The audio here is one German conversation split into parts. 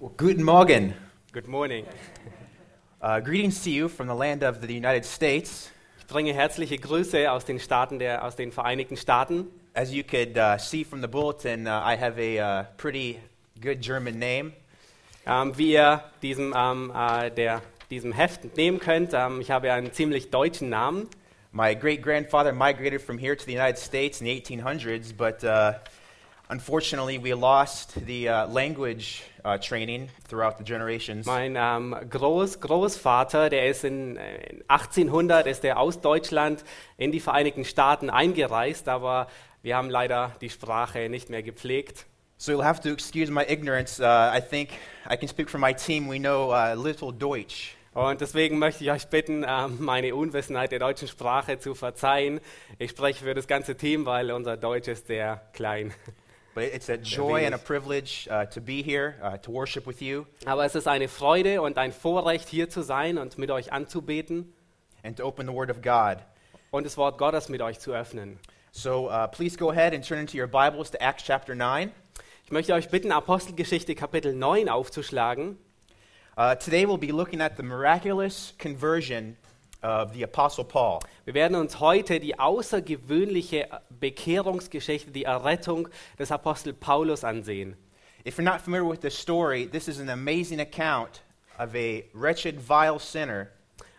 Well, guten Morgen. Good morning. Uh, greetings to you from the land of the United States. Ich bringe herzliche Grüße aus den Staaten der, aus den Vereinigten Staaten. As you could uh, see from the bulletin, uh, I have a uh, pretty good German name. Ähm, wie ihr diesem, ähm, äh, der, diesem Heft entnehmen könnt, ähm, ich habe einen ziemlich deutschen Namen. My great grandfather migrated from here to the United States in the 1800s, but uh, unfortunately, we lost the uh, language uh, training throughout the generations. Mein ähm, Groß, Großvater, der ist in, äh, in 1800, ist der aus Deutschland in die Vereinigten Staaten eingereist, aber wir haben leider die Sprache nicht mehr gepflegt. so you'll have to excuse my ignorance. Uh, I think I can speak for my team. We know uh, little Deutsch. Und deswegen möchte ich euch bitten, ähm, meine Unwissenheit der deutschen Sprache zu verzeihen. Ich spreche für das ganze Team, weil unser Deutsch ist sehr klein. But it's a joy and a Venus. privilege uh, to be here, uh, to worship with you, Aber es ist eine Freude und ein Vorrecht, hier zu sein und mit euch anzubeten and to open the Word of God. und das Wort Gottes mit euch zu öffnen. So uh, please go ahead and turn into your Bibles to Acts chapter 9. Ich möchte euch bitten, Apostelgeschichte Kapitel 9 aufzuschlagen. Uh, today we'll be looking at the miraculous conversion of the Apostle Paul. Wir werden uns heute die außergewöhnliche Bekehrungsgeschichte, die Errettung des Apostel Paulus ansehen. If you're not familiar with this story, this is an amazing account of a wretched, vile sinner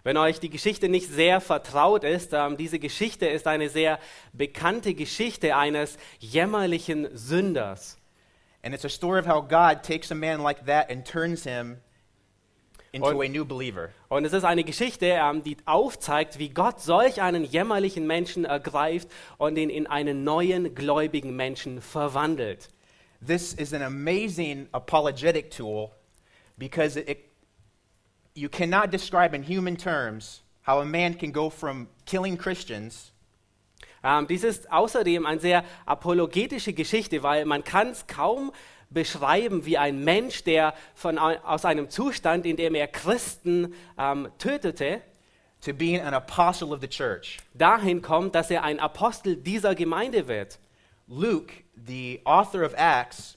Wenn euch die Geschichte nicht sehr vertraut ist, ähm, diese Geschichte ist eine sehr bekannte Geschichte eines jämmerlichen Sünders. And it's a story of how God takes a man like that and turns him into Und- a new believer. Und es ist eine Geschichte, ähm, die aufzeigt, wie Gott solch einen jämmerlichen Menschen ergreift und ihn in einen neuen gläubigen Menschen verwandelt. This is an amazing apologetic tool because it, it- you cannot describe in human terms how a man can go from killing Christians Ähm, dies ist außerdem eine sehr apologetische Geschichte, weil man kann es kaum beschreiben, wie ein Mensch, der von, ein- aus einem Zustand, in dem er Christen ähm, tötete, to being an apostle of the church. dahin kommt, dass er ein Apostel dieser Gemeinde wird. Luke, the author of Acts,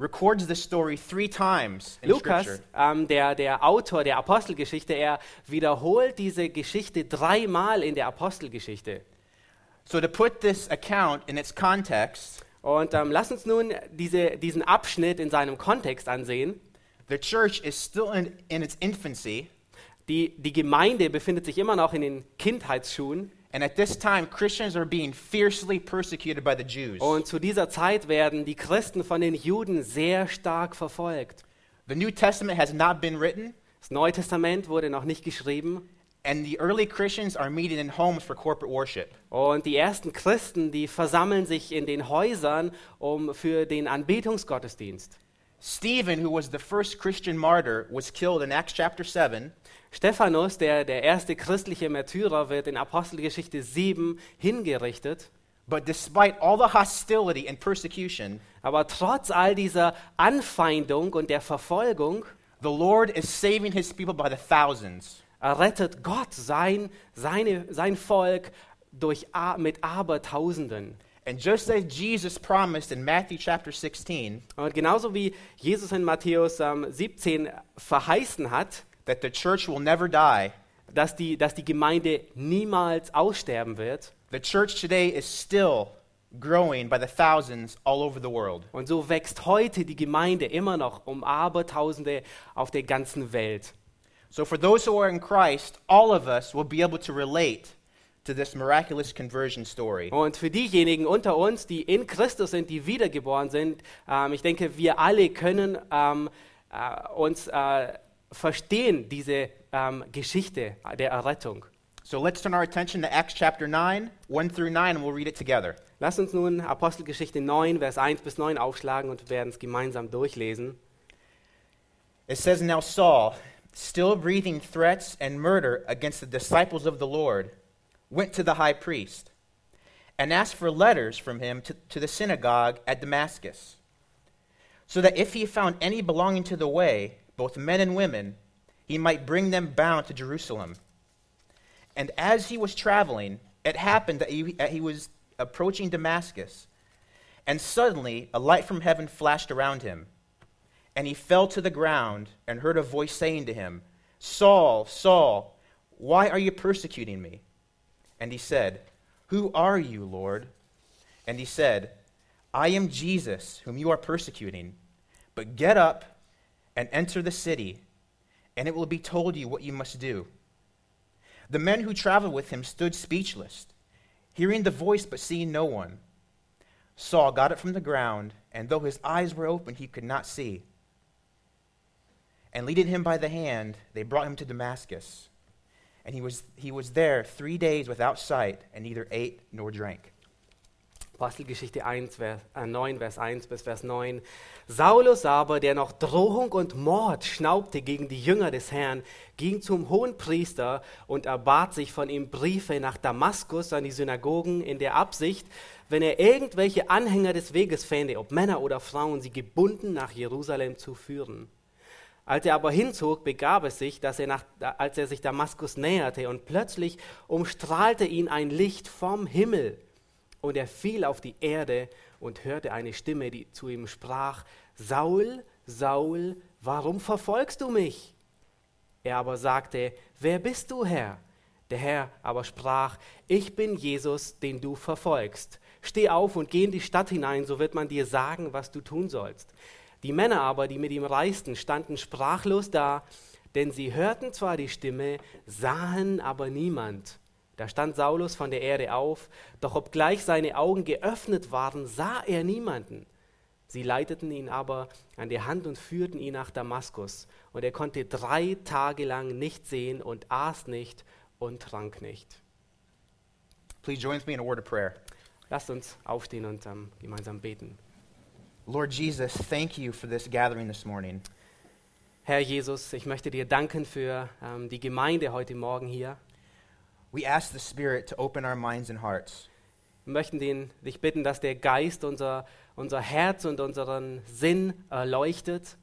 records this story three times in Lukas, Scripture. ähm, der, der Autor der Apostelgeschichte, er wiederholt diese Geschichte dreimal in der Apostelgeschichte. So to put this account in its context, Und ähm, lass uns nun diese, diesen Abschnitt in seinem Kontext ansehen. the church is still in, in its infancy. Die, die Gemeinde befindet sich immer noch in den Kindheitsschuhen And at this time, Christians are being fiercely persecuted by the Jews. und zu dieser Zeit werden die Christen von den Juden sehr stark verfolgt. The New Testament has not been written, Das Neue Testament wurde noch nicht geschrieben and the early Christians are meeting in homes for corporate worship. und die ersten Christen, die versammeln sich in den Häusern um für den Anbetungsgottesdienst. Stephen, who was the first Christian martyr, was killed in Acts chapter 7, Stephanus, der, der erste christliche Märtyrer, wird in Apostelgeschichte 7 hingerichtet. but despite all the hostility and persecution, Aber trotz all dieser Anfeindung und der Verfolgung the Lord is saving his people by the thousands. errettet Gott sein, seine, sein Volk durch, A- mit Abertausenden. And just as Jesus promised in Matthew chapter 16 Und genauso wie Jesus in Matthäus ähm, 17 verheißen hat, that the church will never die, dass die, dass die Gemeinde niemals aussterben wird. the church today is still growing by the thousands all over the world. Und so wächst heute die Gemeinde immer noch um Abertausende auf der ganzen Welt. So, for those who are in Christ, all of us will be able to relate to this miraculous conversion story. Und für diejenigen unter uns, die in Christus sind, die wiedergeboren sind, ähm, ich denke, wir alle können ähm, äh, uns äh, verstehen, diese ähm, Geschichte der Errettung. So, let's turn our attention to Acts chapter 9, 1 through 9, and we'll read it together. Lass uns nun Apostelgeschichte 9, Vers 1 bis 9 aufschlagen und wir werden es gemeinsam durchlesen. It says, Now Saul, still breathing threats and murder against the disciples of the Lord, went to the high priest and asked for letters from him to, to the synagogue at Damascus, so that if he found any belonging to the way, both men and women, he might bring them bound to Jerusalem. And as he was traveling, it happened that he, that he was approaching Damascus, and suddenly a light from heaven flashed around him. And he fell to the ground and heard a voice saying to him, Saul, Saul, why are you persecuting me? And he said, Who are you, Lord? And he said, I am Jesus, whom you are persecuting. But get up and enter the city, and it will be told you what you must do. The men who traveled with him stood speechless, hearing the voice but seeing no one. Saul got up from the ground, and though his eyes were open, he could not see. And leading him by the hand, they brought him to Damascus. And he was, he was there three days without sight, and neither ate nor drank. Apostelgeschichte 1, Vers, äh, 9, Vers 1 bis Vers 9. Saulus aber, der noch Drohung und Mord schnaubte gegen die Jünger des Herrn, ging zum Hohenpriester und erbat sich von ihm Briefe nach Damaskus an die Synagogen in der Absicht, wenn er irgendwelche Anhänger des Weges fände, ob Männer oder Frauen, sie gebunden nach Jerusalem zu führen. Als er aber hinzog, begab es sich, dass er nach, als er sich Damaskus näherte, und plötzlich umstrahlte ihn ein Licht vom Himmel. Und er fiel auf die Erde und hörte eine Stimme, die zu ihm sprach, Saul, Saul, warum verfolgst du mich? Er aber sagte, wer bist du, Herr? Der Herr aber sprach, ich bin Jesus, den du verfolgst. Steh auf und geh in die Stadt hinein, so wird man dir sagen, was du tun sollst. Die Männer aber, die mit ihm reisten, standen sprachlos da, denn sie hörten zwar die Stimme, sahen aber niemand. Da stand Saulus von der Erde auf, doch obgleich seine Augen geöffnet waren, sah er niemanden. Sie leiteten ihn aber an der Hand und führten ihn nach Damaskus. Und er konnte drei Tage lang nicht sehen und aß nicht und trank nicht. Please join with me in a word of prayer. Lasst uns aufstehen und ähm, gemeinsam beten. Lord Jesus, thank you for this gathering this morning. Herr Jesus, ich möchte dir danken für ähm, die Gemeinde heute Morgen hier. We ask the Spirit to open our minds and hearts, Wir möchten den, dich bitten, dass der Geist unser, unser Herz und unseren Sinn erleuchtet,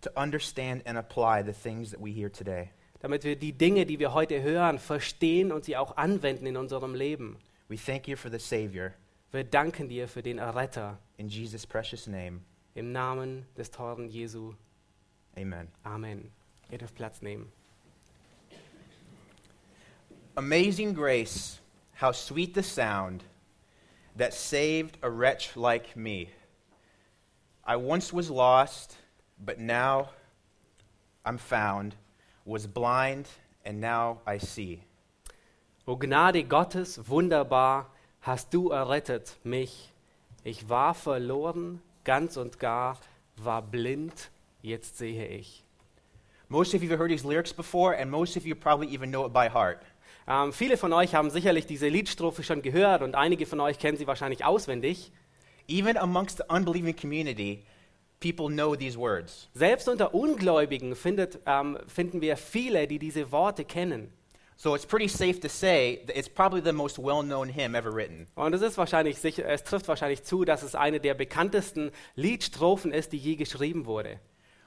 to understand and apply the things that we hear today. damit wir die Dinge, die wir heute hören, verstehen und sie auch anwenden in unserem Leben. We thank you for the Savior. Wir danken dir für den Erretter. In Jesus' precious name, Im Namen des teuren Jesu. amen. Amen. Ihr dürft Platz nehmen. Amazing grace, how sweet the sound that saved a wretch like me. I once was lost, but now I'm found, was blind, and now I see. O Gnade Gottes, wunderbar hast du errettet mich. Ich war verloren, ganz und gar, war blind, jetzt sehe ich. Most of you have heard these lyrics before, and most of you probably even know it by heart. Ähm, viele von euch haben sicherlich diese Liedstrophe schon gehört und einige von euch kennen sie wahrscheinlich auswendig. Even amongst the unbelieving community, people know these words. Selbst unter Ungläubigen findet, ähm, finden wir viele, die diese Worte kennen. So it's pretty safe to say that it's probably the most well known hymn ever written. Und es ist wahrscheinlich sicher, es trifft wahrscheinlich zu, dass es eine der bekanntesten Liedstrophen ist, die je geschrieben wurde.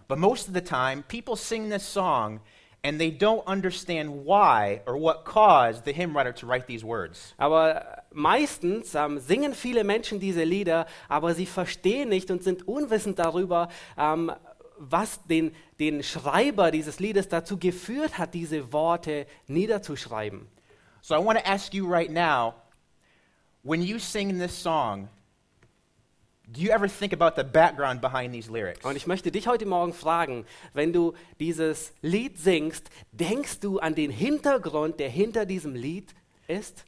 But most of the time, people sing this song and they don't understand why or what caused the hymn writer to write these words. Aber meistens ähm, singen viele Menschen diese Lieder, aber sie verstehen nicht und sind unwissend darüber, ähm, was den, den Schreiber dieses Liedes dazu geführt hat, diese Worte niederzuschreiben. So I want to ask you right now when you sing this song, do you ever think about the background behind these lyrics? Und ich möchte dich heute Morgen fragen, wenn du dieses Lied singst, denkst du an den Hintergrund, der hinter diesem Lied ist?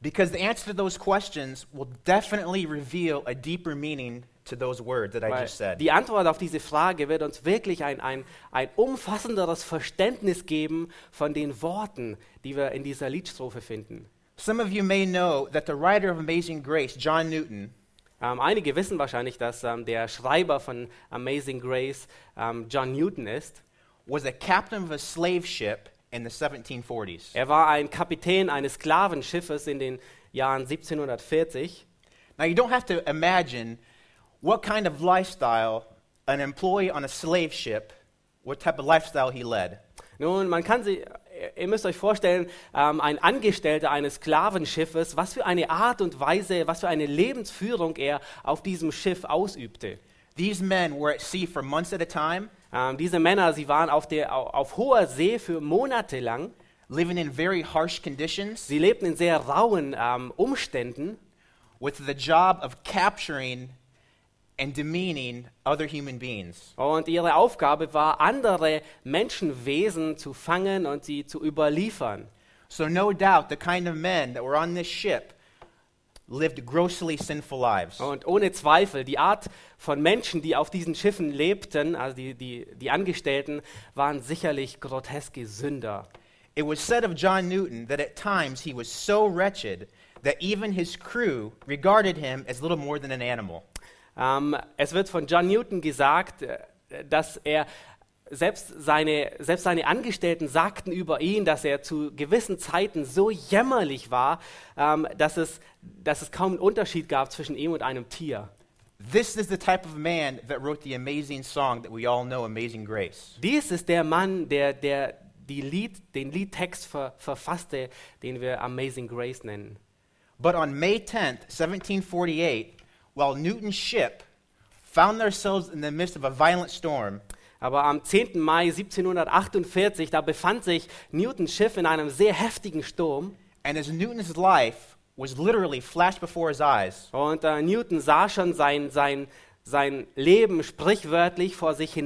Because the answer to those questions will definitely reveal a deeper meaning to those words that I Weil just said. die Antwort auf diese Frage wird uns wirklich ein, ein, ein umfassenderes Verständnis geben von den Worten, die wir in dieser Liedstrophe finden. Some of you may know that the writer of Amazing Grace, John Newton, Ähm, einige wissen wahrscheinlich, dass ähm, der Schreiber von Amazing Grace ähm, John Newton ist. was a captain of a slave ship in the 1740s. Er war ein Kapitän eines Sklavenschiffes in den Jahren 1740. Now, you don't have to imagine what kind of lifestyle an employee on a slave ship, what type of lifestyle he led. Nun, man kann sie, ihr müsst euch vorstellen, ähm, ein Angestellter eines Sklavenschiffes, was für eine Art und Weise, was für eine Lebensführung er auf diesem Schiff ausübte. These men were at sea for months at a time, Ähm, diese Männer, sie waren auf, der, au- auf hoher See für Monate lang. living in very harsh conditions, Sie lebten in sehr rauen ähm, Umständen with the job of capturing and demeaning other human beings. und ihre Aufgabe war, andere Menschenwesen zu fangen und sie zu überliefern. So, no doubt, the kind of men that were on this ship lived grossly sinful lives. Und ohne Zweifel, die Art von Menschen, die auf diesen Schiffen lebten, also die, die, die Angestellten, waren sicherlich groteske Sünder. It was said of John Newton that at times he was so wretched that even his crew regarded him as little more than an animal. Ähm, es wird von John Newton gesagt, äh, dass er selbst seine, selbst seine Angestellten sagten über ihn, dass er zu gewissen Zeiten so jämmerlich war, ähm, dass, es, dass es kaum einen Unterschied gab zwischen ihm und einem Tier. This is the type of man that wrote the amazing song that we all know, Amazing Grace. Dies ist der Mann, der, der die Lied, den Liedtext ver, verfasste, den wir Amazing Grace nennen. But on May 10th, 1748, while Newton's ship found themselves in the midst of a violent storm, Aber am 10. Mai 1748, da befand sich Newtons Schiff in einem sehr heftigen Sturm. and as Newton's life was literally flashed before his eyes, Und äh, Newton sah schon sein, sein, sein Leben sprichwörtlich vor sich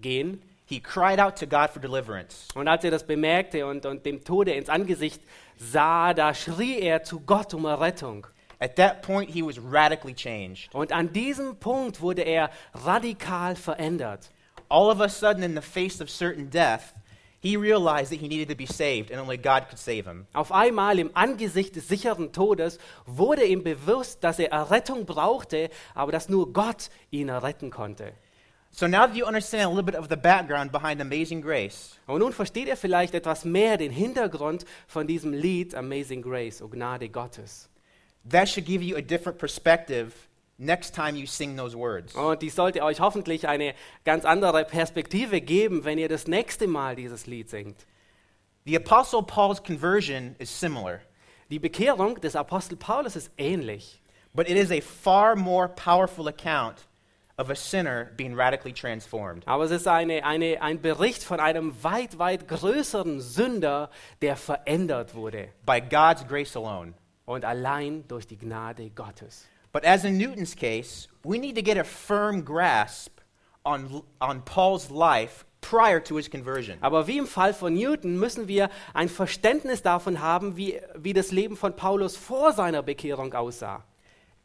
hinweggehen. he cried out to God for deliverance. Und als er das bemerkte und, und dem Tode ins Angesicht sah, da schrie er zu Gott um Errettung. At that point, he was radically changed. Und an diesem Punkt wurde er radikal verändert. All of a sudden, in the face of certain death, he realized that he needed to be saved, and only God could save him. Auf einmal im Angesicht des sicheren Todes wurde ihm bewusst, dass er Errettung brauchte, aber dass nur Gott ihn erretten konnte. So now that you understand a little bit of the background behind Amazing Grace, Und nun versteht ihr vielleicht etwas mehr den Hintergrund von diesem Lied Amazing Grace, O Gnade Gottes. that should give you a different perspective next time you sing those words. Und dies sollte euch hoffentlich eine ganz andere Perspektive geben, wenn ihr das nächste Mal dieses Lied singt. The Apostle Paul's conversion is similar, Die Bekehrung des Apostel Paulus ist ähnlich, but it is a far more powerful account of a sinner being radically transformed. aber es ist eine, eine, ein Bericht von einem weit, weit größeren Sünder, der verändert wurde by God's grace alone. und allein durch die Gnade Gottes. But as in Newton's case, we need to get a firm grasp on, on Paul's life prior to his conversion. Aber wie im Fall von Newton müssen wir ein Verständnis davon haben, wie, wie das Leben von Paulus vor seiner Bekehrung aussah.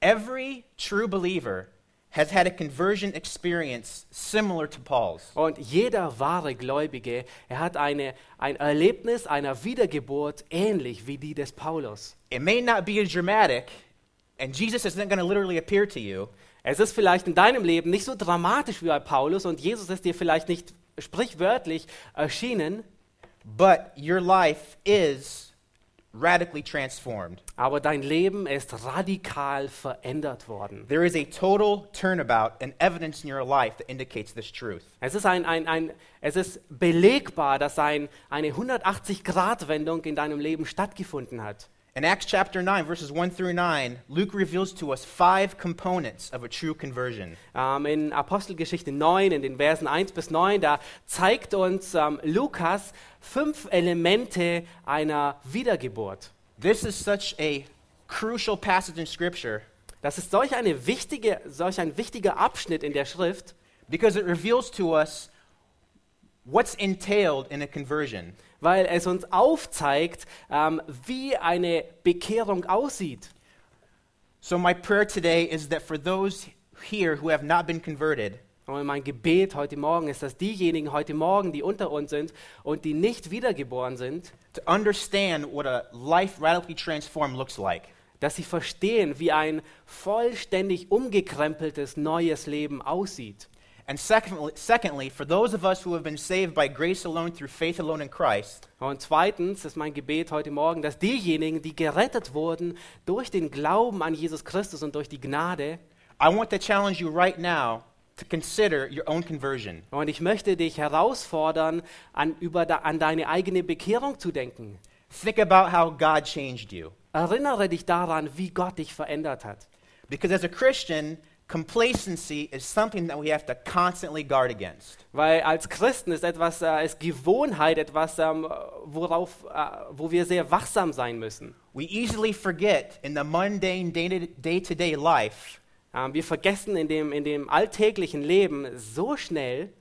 Every true believer has had a conversion experience similar to Paul's. Und jeder wahre Gläubige, er hat eine, ein Erlebnis einer Wiedergeburt ähnlich wie die des Paulus. It may not be as dramatic, and Jesus isn't going to literally appear to you, Es ist vielleicht in deinem Leben nicht so dramatisch wie bei Paulus und Jesus ist dir vielleicht nicht sprichwörtlich erschienen, but your life is radically transformed. aber dein Leben ist radikal verändert worden. There is a total turnabout and evidence in your life that indicates this truth. Es ist, ein, ein, ein, es ist belegbar, dass ein, eine 180-Grad-Wendung in deinem Leben stattgefunden hat. In Acts chapter 9, verses 1 through 9, Luke reveals to us five components of a true conversion. Ähm, in Apostelgeschichte 9, in den Versen 1 bis 9, da zeigt uns ähm, Lukas fünf Elemente einer Wiedergeburt. This is such a crucial passage in Scripture Das ist solch, eine wichtige, solch ein wichtiger Abschnitt in der Schrift, because it reveals to us what's entailed in a conversion. weil es uns aufzeigt, ähm, wie eine Bekehrung aussieht. So, my prayer today is that for those here who have not been converted, Und mein Gebet heute Morgen ist, dass diejenigen heute Morgen, die unter uns sind und die nicht wiedergeboren sind, to understand what a life radically transformed looks like. dass sie verstehen, wie ein vollständig umgekrempeltes neues Leben aussieht. And secondly, secondly, for those of us who have been saved by grace alone through faith alone in Christ, Und zweitens ist mein Gebet heute Morgen, dass diejenigen, die gerettet wurden durch den Glauben an Jesus Christus und durch die Gnade, I want to challenge you right now to consider your own conversion. und ich möchte dich herausfordern, an, über da, an deine eigene Bekehrung zu denken. Think about how God changed you. Erinnere dich daran, wie Gott dich verändert hat. Because as a Christian, Complacency is something that we have to constantly guard against. Weil als Christen ist etwas, äh, ist Gewohnheit etwas, ähm, worauf, äh, wo wir sehr wachsam sein müssen. We easily forget in the mundane day to day life Ähm, wir vergessen in dem, in dem alltäglichen Leben so schnell,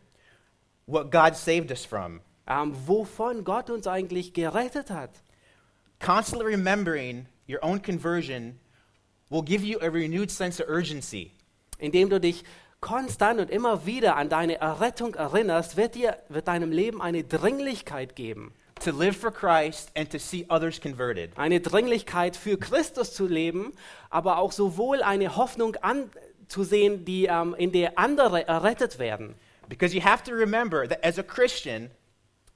what God saved us from. ähm, wovon Gott uns eigentlich gerettet hat. Constantly remembering your own conversion will give you a renewed sense of urgency. Indem du dich konstant und immer wieder an deine Errettung erinnerst, wird, dir, wird deinem Leben eine Dringlichkeit geben. to live for Christ and to see others converted. Eine Dringlichkeit für Christus zu leben, aber auch sowohl eine Hoffnung anzusehen, die, ähm, in der andere errettet werden. Because you have to remember that as a Christian,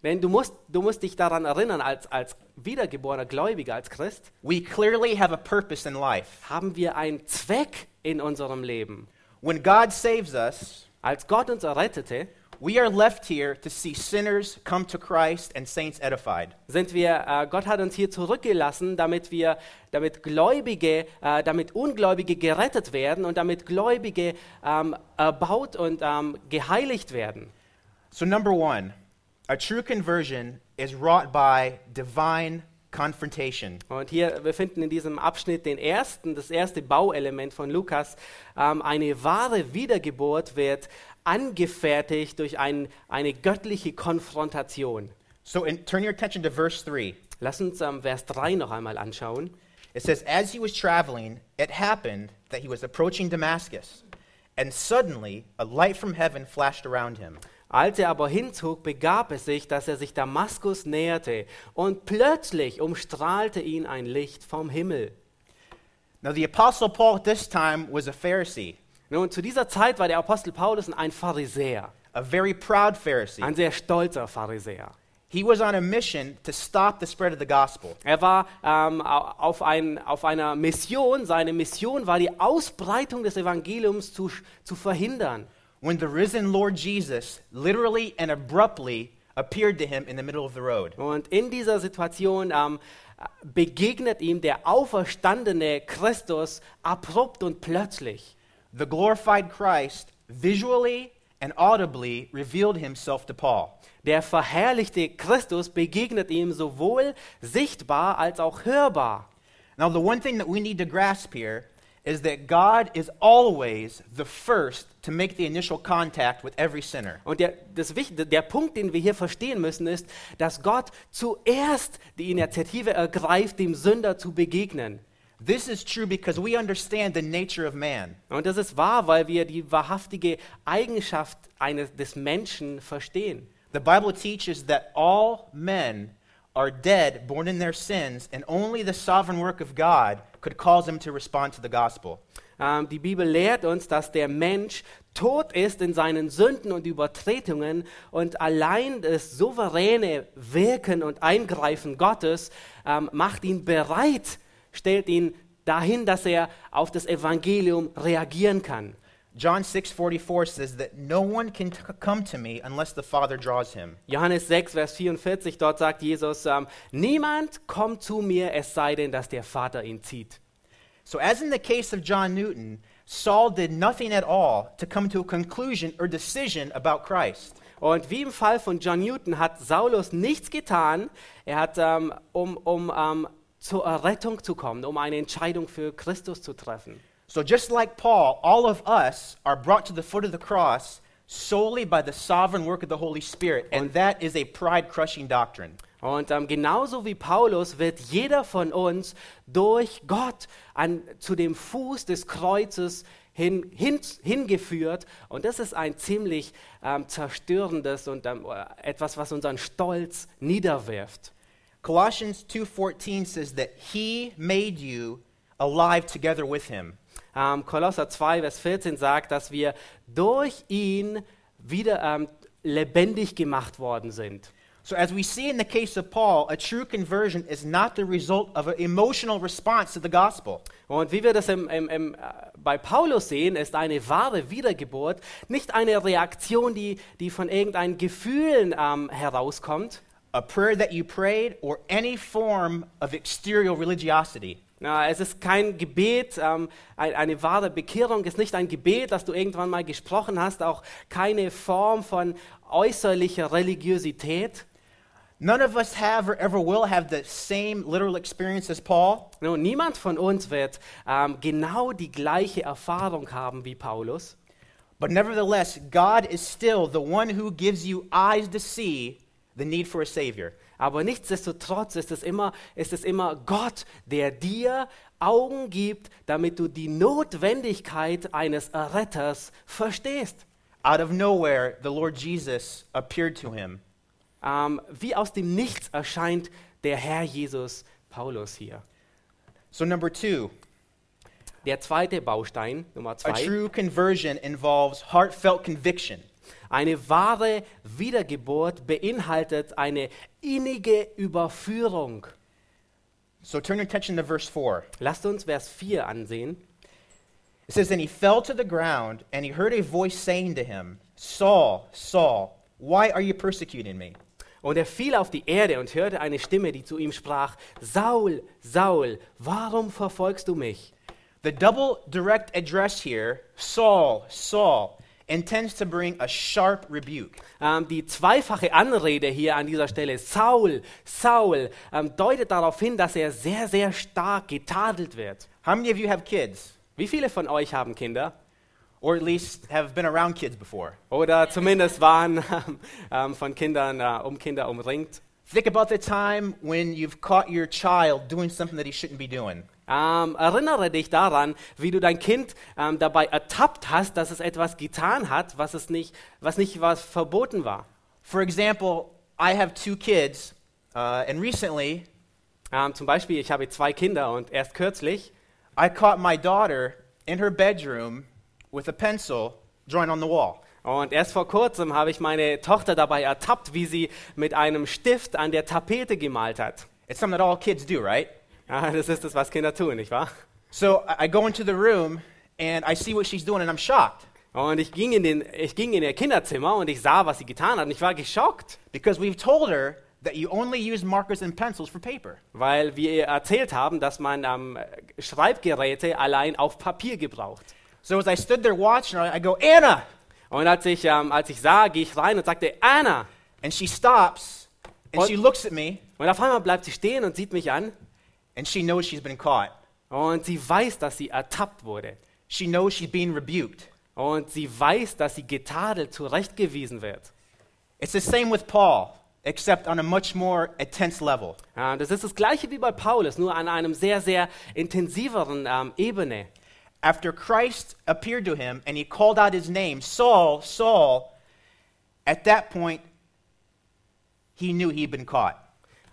Denn du musst, du musst dich daran erinnern, als, als wiedergeborener Gläubiger, als Christ, we clearly have a purpose in life. haben wir einen Zweck in unserem Leben. When God saves us, Als Gott uns errettete, we are left here to see sinners come to Christ and saints edified. sind wir, äh, Gott hat uns hier zurückgelassen, damit wir, damit Gläubige, äh, damit Ungläubige gerettet werden und damit Gläubige ähm, erbaut und ähm, geheiligt werden. So, number one, a true conversion is wrought by divine confrontation. Und hier, wir finden in diesem Abschnitt den ersten, das erste Bauelement von Lukas. Ähm, eine wahre Wiedergeburt wird angefertigt durch ein, eine göttliche Konfrontation. So, in, turn your attention to verse 3. Lass uns ähm, Vers 3 noch einmal anschauen. It says, As he was traveling, it happened that he was approaching Damascus, and suddenly a light from heaven flashed around him. Als er aber hinzog, begab es sich, dass er sich Damaskus näherte, und plötzlich umstrahlte ihn ein Licht vom Himmel. Now, the Apostle Paul at this time was a Pharisee, Nun, zu dieser Zeit war der Apostel Paulus ein Pharisäer, a very proud Pharisee. ein sehr stolzer Pharisäer. He was on a mission to stop the spread of the gospel. Er war ähm, au- auf, ein, auf einer Mission, seine Mission war die Ausbreitung des Evangeliums zu, sch- zu verhindern. When the risen Lord Jesus literally and abruptly appeared to him in the middle of the road, Und in dieser Situation ähm, begegnet ihm der auferstandene Christus abrupt und plötzlich. the glorified Christ visually and audibly revealed himself to Paul. Der verherrlichte Christus begegnet ihm sowohl sichtbar als auch hörbar. Now, the one thing that we need to grasp here is that God is always the first to make the initial contact with every sinner. Und der, das Wicht, der Punkt, den wir hier verstehen müssen, ist, dass Gott zuerst die Initiative ergreift, dem Sünder zu begegnen. This is true because we understand the nature of man. Und das ist wahr, weil wir die wahrhaftige Eigenschaft eines, des Menschen verstehen. The Bible teaches that all men are dead, born in their sins, and only the sovereign work of God could cause them to respond to the gospel. Ähm, die Bibel lehrt uns, dass der Mensch tot ist in seinen Sünden und Übertretungen und allein das souveräne Wirken und Eingreifen Gottes ähm, macht ihn bereit, stellt ihn dahin, dass er auf das Evangelium reagieren kann. John 6:44 says that no one can t- come to me unless the Father draws him. Johannes 6, Vers 44, dort sagt Jesus, ähm, niemand kommt zu mir, es sei denn, dass der Vater ihn zieht. So as in the case of John Newton, Saul did nothing at all to come to a conclusion or decision about Christ. Und wie im Fall von John Newton hat Saulus nichts getan, er hat, ähm, um, um ähm, zur Errettung zu kommen, um eine Entscheidung für Christus zu treffen. So just like Paul, all of us are brought to the foot of the cross solely by the sovereign work of the Holy Spirit, and that is a pride-crushing doctrine. Und ähm, genauso wie Paulus wird jeder von uns durch Gott an, zu dem Fuß des Kreuzes hin, hin, hingeführt. Und das ist ein ziemlich ähm, zerstörendes und ähm, etwas, was unseren Stolz niederwirft. Colossians 2:14 says that he made you alive together with him. Ähm, Kolosser 2, Vers 14 sagt, dass wir durch ihn wieder ähm, lebendig gemacht worden sind. So as we see in the case of Paul, a true conversion is not the result of an emotional response to the gospel. Und wie wir das im, im, im, äh, bei Paulus sehen, ist eine wahre Wiedergeburt nicht eine Reaktion, die, die von irgendeinen Gefühlen ähm, herauskommt, A prayer that you prayed or any form of exterior religiosity. Na, es ist kein Gebet, ähm, ein, eine wahre Bekehrung ist nicht ein Gebet, das du irgendwann mal gesprochen hast, auch keine Form von äußerlicher Religiosität. None of us have or ever will have the same literal experience as Paul, Nun, niemand von uns wird ähm, genau die gleiche Erfahrung haben wie Paulus. but nevertheless, God is still the one who gives you eyes to see the need for a Savior. Aber nichtsdestotrotz ist es immer, ist es immer Gott, der dir Augen gibt, damit du die Notwendigkeit eines Retters verstehst. Out of nowhere, the Lord Jesus appeared to him. Ähm, wie aus dem Nichts erscheint der Herr Jesus Paulus hier. So, number two, Der zweite Baustein, Nummer a zwei. true conversion involves heartfelt conviction. Eine wahre Wiedergeburt beinhaltet eine innige Überführung. So, turn your attention to verse 4. Lasst uns Vers 4 ansehen. It says, Then he fell to the ground, and he heard a voice saying to him, Saul, Saul, why are you persecuting me? Und er fiel auf die Erde und hörte eine Stimme, die zu ihm sprach, Saul, Saul, warum verfolgst du mich? The double direct address here, Saul, Saul, intends to bring a sharp rebuke. Ähm, die zweifache Anrede hier an dieser Stelle, Saul, Saul, ähm, deutet darauf hin, dass er sehr, sehr stark getadelt wird. How many of you have kids, Wie viele von euch haben Kinder? or at least have been around kids before? Oder zumindest waren ähm, ähm, von Kindern, äh, um Kinder umringt? Think about the time when you've caught your child doing something that he shouldn't be doing. Ähm, erinnere dich daran, wie du dein Kind ähm, dabei ertappt hast, dass es etwas getan hat, was es nicht, was nicht was verboten war. For example, I have two kids, uh, and recently Ähm, zum Beispiel, ich habe zwei Kinder und erst kürzlich I caught my daughter in her bedroom with a pencil drawing on the wall. und erst vor kurzem habe ich meine Tochter dabei ertappt, wie sie mit einem Stift an der Tapete gemalt hat. It's something that all kids do, right? Ja, das ist das, was Kinder tun, nicht wahr? So I I go into the room and I see what she's doing, and I'm shocked Und ich ging in, den, ich ging in ihr Kinderzimmer und ich sah, was sie getan hat und ich war geschockt, because we've told her that you only use markers and pencils for paper. weil wir ihr erzählt haben, dass man ähm, Schreibgeräte allein auf Papier gebraucht. So as I stood there watching her, I go, Anna! Und als ich, ähm, als ich sah, gehe ich rein und sagte, Anna. And she stops and What? she looks at me Und auf einmal bleibt sie stehen und sieht mich an. and she knows she's been caught. Und sie weiß, dass sie ertappt wurde. She knows she's being rebuked. Und sie weiß, dass sie getadelt zurechtgewiesen wird. It's the same with Paul, except on a much more intense level. Ja, das ist das Gleiche wie bei Paulus, nur an einem sehr, sehr intensiveren ähm, Ebene. After Christ appeared to him and he called out his name, Saul, Saul, at that point, he knew he'd been caught.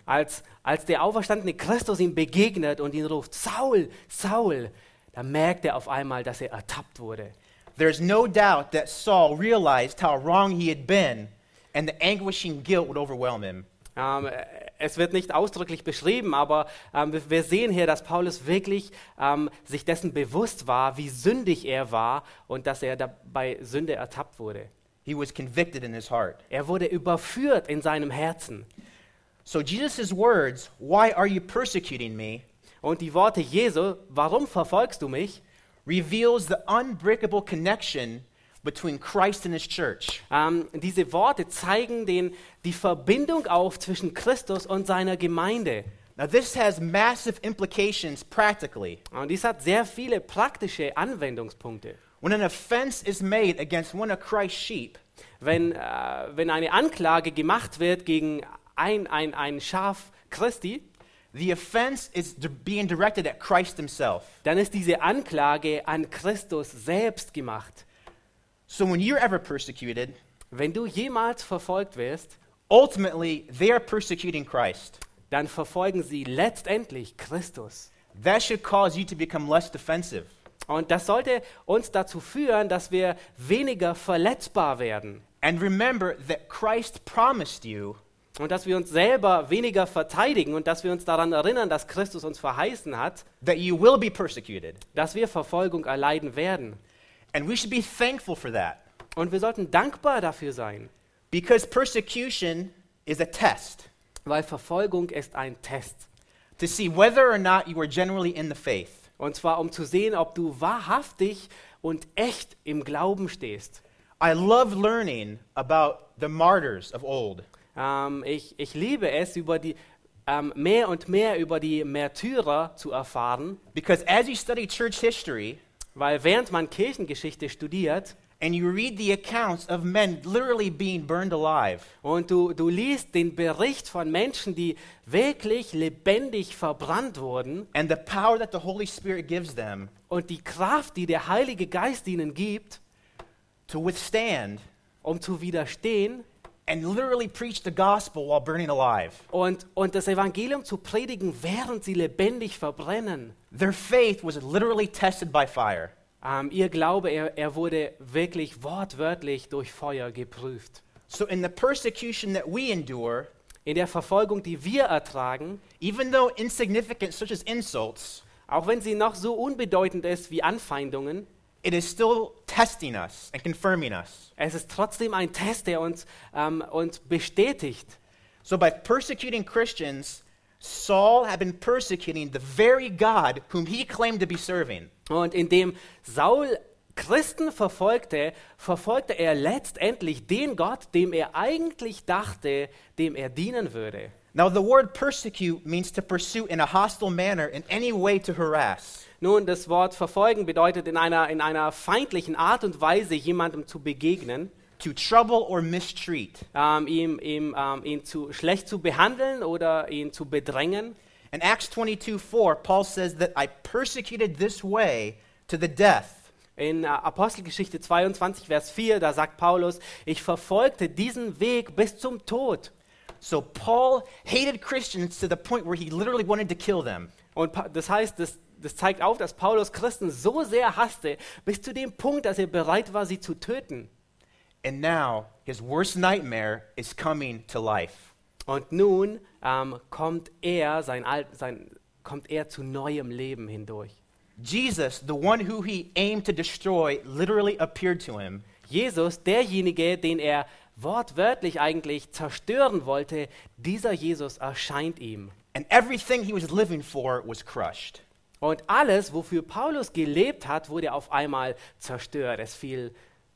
Als, als der auferstandene Christus ihm begegnet und ihn ruft, Saul, Saul, da merkt er auf einmal, dass er ertappt wurde. There's no doubt that Saul realized how wrong he had been, and the anguishing guilt would overwhelm him. Ähm, äh, es wird nicht ausdrücklich beschrieben, aber ähm, wir- wir sehen hier, dass Paulus wirklich ähm, sich dessen bewusst war, wie sündig er war und dass er dabei Sünde ertappt wurde. He was convicted in his heart. Er wurde überführt in seinem Herzen. So Jesus' words, Why are you persecuting me? Und die Worte Jesu, warum verfolgst du mich, reveals the unbreakable connection between Christ and his church. ähm, diese Worte zeigen den, die Verbindung auf zwischen Christus und seiner Gemeinde. Now, this has massive implications practically. Und dies hat sehr viele praktische Anwendungspunkte. When an offense is made against one of Christ's sheep, Wenn, äh, wenn eine Anklage gemacht wird gegen ein, ein, ein Schaf Christi, the offense is di- being directed at Christ himself. dann ist diese Anklage an Christus selbst gemacht. So, when you're ever persecuted, Wenn du jemals verfolgt wirst, ultimately they are persecuting Christ. dann verfolgen sie letztendlich Christus. That should cause you to become less defensive. Und das sollte uns dazu führen, dass wir weniger verletzbar werden And remember that Christ promised you und dass wir uns selber weniger verteidigen und dass wir uns daran erinnern, dass Christus uns verheißen hat, that you will be persecuted. dass wir Verfolgung erleiden werden. And we should be thankful for that Und wir sollten dankbar dafür sein, because persecution is a test. weil Verfolgung ist ein Test. to see whether or not you are generally in the faith. Und zwar, um zu sehen, ob du wahrhaftig und echt im Glauben stehst. I love learning about the martyrs of old. Ähm, ich, ich liebe es, über die, ähm, mehr und mehr über die Märtyrer zu erfahren, Because as you study church history weil während man Kirchengeschichte studiert and you read the accounts of men literally being burned alive, und du, du liest den Bericht von Menschen, die wirklich lebendig verbrannt wurden and the power that the Holy Spirit gives them und die Kraft, die der Heilige Geist ihnen gibt, to withstand um zu widerstehen and literally preach the gospel while burning alive, und, und das Evangelium zu predigen, während sie lebendig verbrennen. their faith was literally tested by fire. Ähm, ihr Glaube, er, er wurde wirklich wortwörtlich durch Feuer geprüft. So, in the persecution that we endure, In der Verfolgung, die wir ertragen, even though insignificant, such as insults, auch wenn sie noch so unbedeutend ist wie Anfeindungen, it is still testing us and confirming us. es ist trotzdem ein Test, der uns, ähm, uns bestätigt. So, by persecuting Christians, Saul had been persecuting the very God whom he claimed to be serving. Und indem Saul Christen verfolgte, verfolgte er letztendlich den Gott, dem er eigentlich dachte, dem er dienen würde. Now, the word persecute means to pursue in a hostile manner in any way to harass. Nun, das Wort verfolgen bedeutet in einer, in einer feindlichen Art und Weise jemandem zu begegnen, to trouble or mistreat. ähm, ihm, ihm, ähm, ihn zu schlecht zu behandeln oder ihn zu bedrängen. In Acts 22 4, Paul says that I persecuted this way to the death. In äh, Apostelgeschichte 22, Vers 4, da sagt Paulus, ich verfolgte diesen Weg bis zum Tod. So Paul hated Christians to the point where he literally wanted to kill them. Und Pa- das heißt, das, das zeigt auf, dass Paulus Christen so sehr hasste, bis zu dem Punkt, dass er bereit war, sie zu töten. And now his worst nightmare is coming to life. Und nun ähm, kommt, er sein Al sein, kommt er zu neuem Leben hindurch. Jesus, the one who he aimed to destroy, literally appeared to him Jesus, derjenige, den er wortwörtlich eigentlich zerstören wollte, dieser Jesus erscheint ihm. and everything he was living for was crushed. Und alles, wofür Paulus gelebt hat, wurde auf einmal zerstört. Es fiel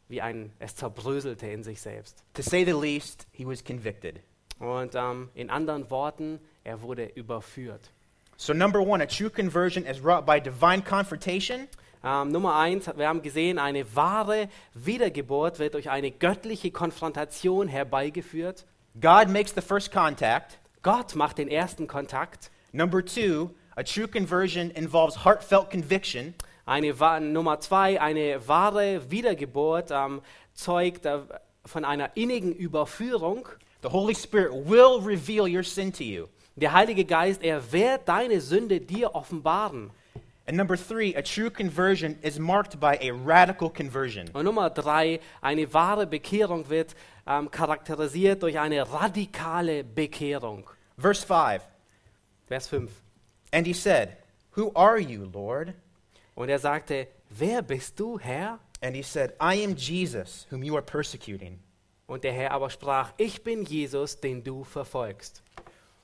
wie ein, es zerbröselte in sich selbst. To say the least, he was convicted. Und ähm, in anderen Worten, er wurde überführt. So, number one, a true conversion is wrought by divine confrontation Ähm, Nummer eins, wir haben gesehen, eine wahre Wiedergeburt wird durch eine göttliche Konfrontation herbeigeführt. God makes the first contact. Gott macht den ersten Kontakt. Number two, a true conversion involves heartfelt conviction. Eine wa Nummer zwei, eine wahre Wiedergeburt ähm, zeugt äh, von einer innigen Überführung. The Holy Spirit will reveal your sin to you. Der Heilige Geist, er wird deine Sünde dir offenbaren. And number three, a true conversion is marked by a radical conversion. Und Nummer drei, eine wahre Bekehrung wird ähm, charakterisiert durch eine radikale Bekehrung. Verse five, Vers 5. and he said, Who are you, Lord? Und er sagte, wer bist du, Herr? And he said, I am Jesus, whom you are persecuting. Und der Herr aber sprach, ich bin Jesus, den du verfolgst.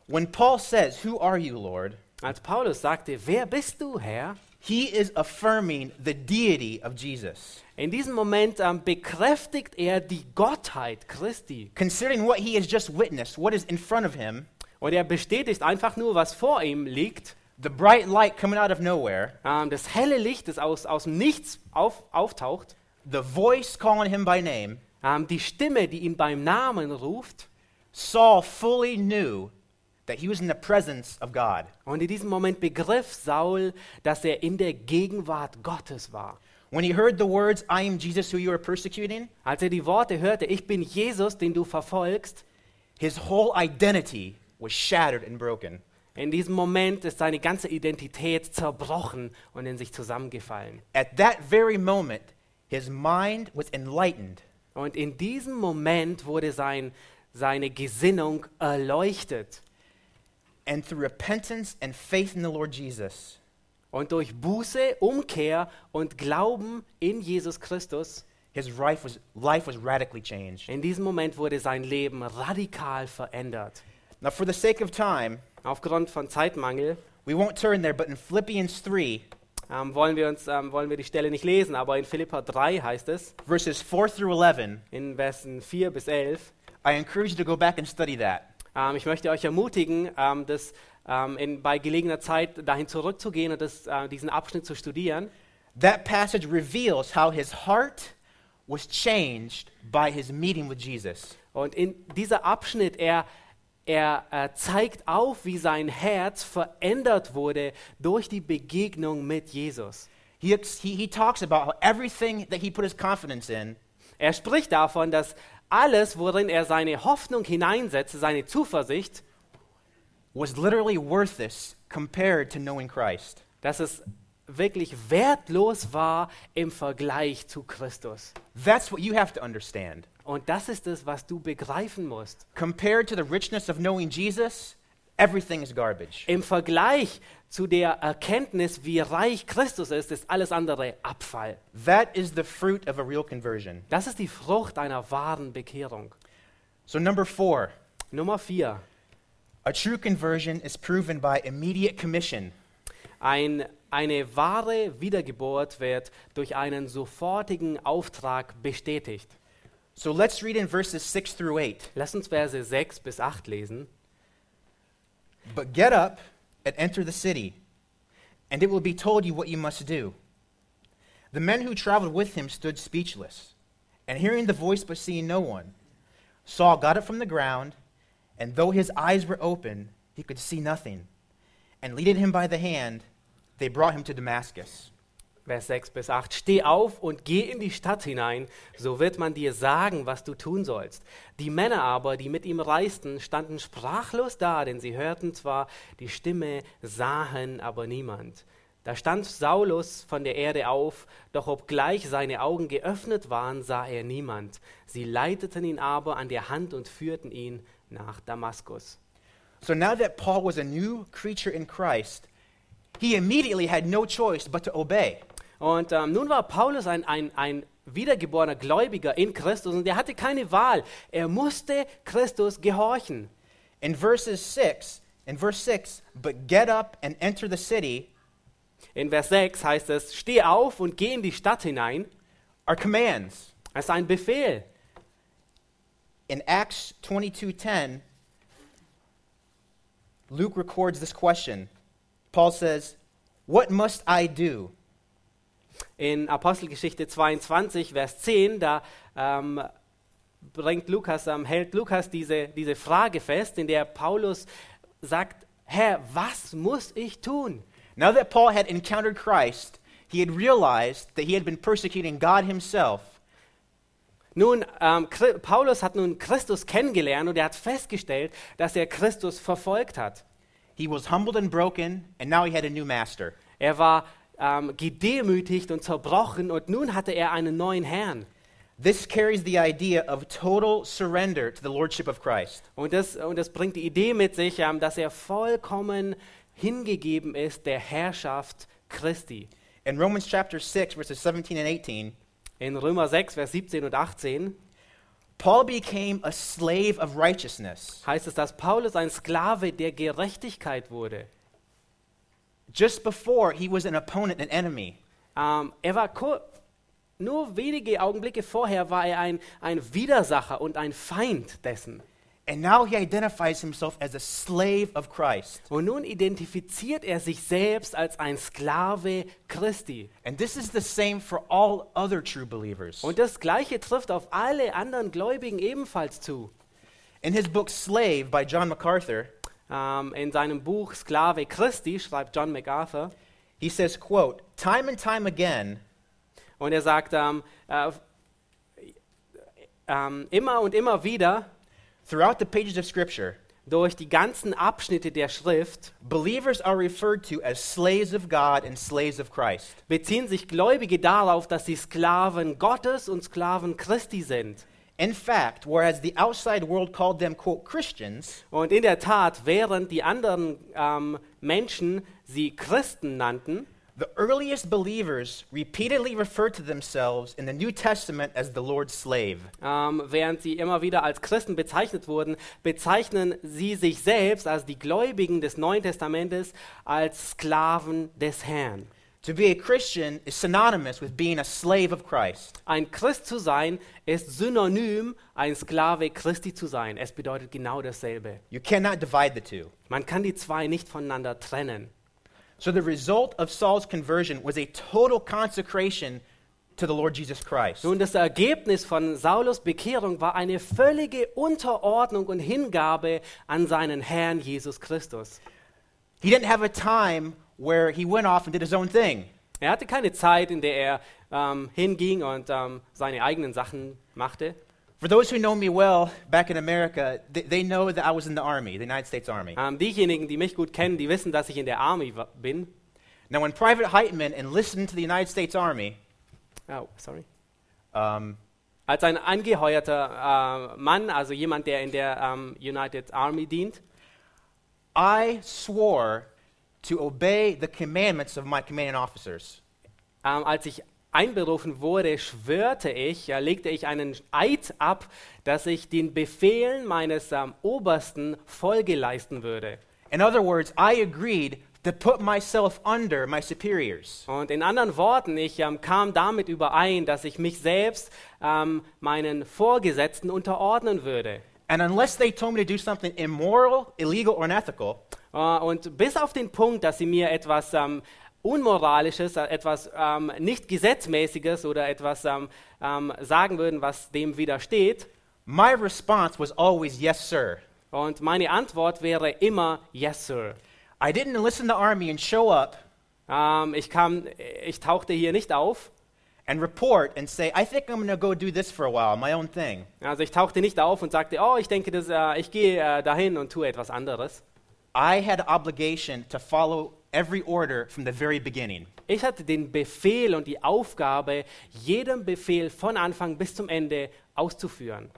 When Paul says, Who are you, Lord? Als Paulus sagte, wer bist du, Herr? he is affirming the deity of Jesus. In diesem Moment ähm, bekräftigt er die Gottheit Christi. Considering what he has just witnessed, what is in front of him, Und er bestätigt einfach nur, was vor ihm liegt. the bright light coming out of nowhere, Ähm, das helle Licht, das aus, aus dem Nichts auf, auftaucht. the voice calling him by name, Ähm, die Stimme, die ihn beim Namen ruft. Saul fully knew that he was in the presence of God. Und in diesem Moment begriff Saul, dass er in der Gegenwart Gottes war. When he heard the words, I am Jesus who you are persecuting, Als er die Worte hörte, ich bin Jesus, den du verfolgst, his whole identity was shattered and broken. in diesem Moment ist seine ganze Identität zerbrochen und in sich zusammengefallen. At that very moment, his mind was enlightened. Und in diesem Moment wurde sein, seine Gesinnung erleuchtet. And through repentance and faith in the Lord Jesus, Und durch Buße, Umkehr und Glauben in Jesus Christus, his life was, life was radically changed. in diesem Moment wurde sein Leben radikal verändert. Now, for the sake of time, Aufgrund von Zeitmangel we won't turn there, but in Philippians 3, ähm, wollen, wir uns, ähm, wollen wir die Stelle nicht lesen, aber in Philippa 3 heißt es, verses 4 through 11, in Versen 4 bis 11, I encourage you to go back and study that. ähm, ich möchte euch ermutigen, ähm, das ähm, in, bei gelegener Zeit dahin zurückzugehen und das, äh, diesen Abschnitt zu studieren. That passage reveals how his heart was changed by his meeting with Jesus. Und in dieser Abschnitt, er, er äh, zeigt auf, wie sein Herz verändert wurde durch die Begegnung mit Jesus. He, ex- he, he talks about how everything that he put his confidence in Er spricht davon, dass alles, worin er seine Hoffnung hineinsetzte, seine Zuversicht, was literally worthless compared to knowing Christ. dass es wirklich wertlos war im Vergleich zu Christus. That's what you have to understand. Und das ist es, was du begreifen musst. Compared to the richness of knowing Jesus, everything is garbage. Im Vergleich zu der Erkenntnis, wie reich Christus ist, ist alles andere Abfall. That is the fruit of a real conversion. Das ist die Frucht einer wahren Bekehrung. So, number four, Nummer vier. a true conversion is proven by immediate commission. Ein, eine wahre Wiedergeburt wird durch einen sofortigen Auftrag bestätigt. So, let's read in verses 6 through 8. Lass uns Verse 6 bis 8 lesen. But get up and enter the city, and it will be told you what you must do. The men who traveled with him stood speechless, and hearing the voice but seeing no one. Saul got up from the ground, and though his eyes were open, he could see nothing. And leading him by the hand, they brought him to Damascus. Vers 6 bis 8. Steh auf und geh in die Stadt hinein, so wird man dir sagen, was du tun sollst. Die Männer aber, die mit ihm reisten, standen sprachlos da, denn sie hörten zwar die Stimme, sahen aber niemand. Da stand Saulus von der Erde auf, doch obgleich seine Augen geöffnet waren, sah er niemand. Sie leiteten ihn aber an der Hand und führten ihn nach Damaskus. So now that Paul was a new creature in Christ, he immediately had no choice but to obey. Und ähm, nun war Paulus ein, ein, ein wiedergeborener Gläubiger in Christus und er hatte keine Wahl. Er musste Christus gehorchen. In verses 6, in verse 6, but get up and enter the city In Vers 6 heißt es, steh auf und geh in die Stadt hinein. are commands. Das ist ein Befehl. In Acts 22:10, Luke records this question. Paul says, "What must I do?" In Apostelgeschichte 22, Vers 10, da ähm, bringt Lukas, ähm, hält Lukas diese, diese Frage fest, in der Paulus sagt, Herr, was muss ich tun? Now that Paul had encountered Christ, he had realized that he had been persecuting God himself, Nun, ähm, Chri- Paulus hat nun Christus kennengelernt und er hat festgestellt, dass er Christus verfolgt hat. he was humbled and broken, and now he had a new master. Er war ähm, gedemütigt und zerbrochen und nun hatte er einen neuen Herrn. This carries the idea of total surrender to the lordship of Christ. Und das, und das bringt die Idee mit sich, ähm, dass er vollkommen hingegeben ist der Herrschaft Christi. In Romans chapter 6 verses 17 and 18, In Römer 6, Vers 17 und 18 Paul became a slave of righteousness. heißt es, dass Paulus ein Sklave der Gerechtigkeit wurde. Just before, he was an opponent, an enemy. Ähm, er war kur- nur wenige Augenblicke vorher war er ein, ein Widersacher und ein Feind dessen. And now he identifies himself as a slave of Christ. Und nun identifiziert er sich selbst als ein Sklave Christi. And this is the same for all other true believers. Und das Gleiche trifft auf alle anderen Gläubigen ebenfalls zu. In his book Slave by John MacArthur, Ähm, in seinem Buch Sklave Christi schreibt John MacArthur he says, quote, time and time again, und er sagt, ähm, äh, ähm, immer und immer wieder throughout the pages of Scripture, durch die ganzen Abschnitte der Schrift believers are referred to as slaves of God and slaves of Christ. beziehen sich Gläubige darauf, dass sie Sklaven Gottes und Sklaven Christi sind. In fact, whereas the outside world called them, quote, Christians, Und in der Tat, während die anderen ähm, Menschen sie Christen nannten, The earliest believers repeatedly referred to themselves in the New Testament as the Lord's slave. Ähm, während sie immer wieder als Christen bezeichnet wurden, bezeichnen sie sich selbst, also die Gläubigen des Neuen Testamentes, als Sklaven des Herrn. To be a Christian is synonymous with being a slave of Christ. Ein Christ zu sein ist synonym, ein Sklave Christi zu sein. Es bedeutet genau dasselbe. You cannot divide the two. Man kann die zwei nicht voneinander trennen. So the result of Saul's conversion was a total consecration to the Lord Jesus Christ. Nun, das Ergebnis von Saulus Bekehrung war eine völlige Unterordnung und Hingabe an seinen Herrn Jesus Christus. He didn't have a time where he went off and did his own thing. Er hatte keine Zeit, in der er ähm, hinging und ähm, seine eigenen Sachen machte. For those who know me well back in America, they, they know that I was in the Army, the United States Army. Ähm, diejenigen, die mich gut kennen, die wissen, dass ich in der Army wa- bin. Now, when Private Heitman enlisted to the United States Army, Oh, sorry. um, Als ein angeheuerter ähm, Mann, also jemand, der in der ähm, United Army dient, I swore to obey the commandments of my commanding officers. ähm, als ich einberufen wurde, schwörte ich, ja, legte ich einen Eid ab, dass ich den Befehlen meines ähm, Obersten Folge leisten würde. In other words, I agreed to put myself under my superiors. Und in anderen Worten, ich ähm, kam damit überein, dass ich mich selbst ähm, meinen Vorgesetzten unterordnen würde. And unless they told me to do something immoral, illegal, or unethical, Äh, und bis auf den Punkt, dass sie mir etwas ähm, Unmoralisches, äh, etwas ähm, nicht Gesetzmäßiges oder etwas ähm, ähm, sagen würden, was dem widersteht. my response was always yes, sir. Und meine Antwort wäre immer Yes, Sir. I didn't enlist in the army and show up Ähm, ich, kam, ich tauchte hier nicht auf. and report and say, I think I'm going to go do this for a while, my own thing. Also ich tauchte nicht auf und sagte, oh, ich denke, das, äh, ich gehe äh, dahin und tue etwas anderes. I had an obligation to follow every order from the very beginning. Ich hatte den Befehl und die Aufgabe, jedem Befehl von Anfang bis zum Ende auszuführen.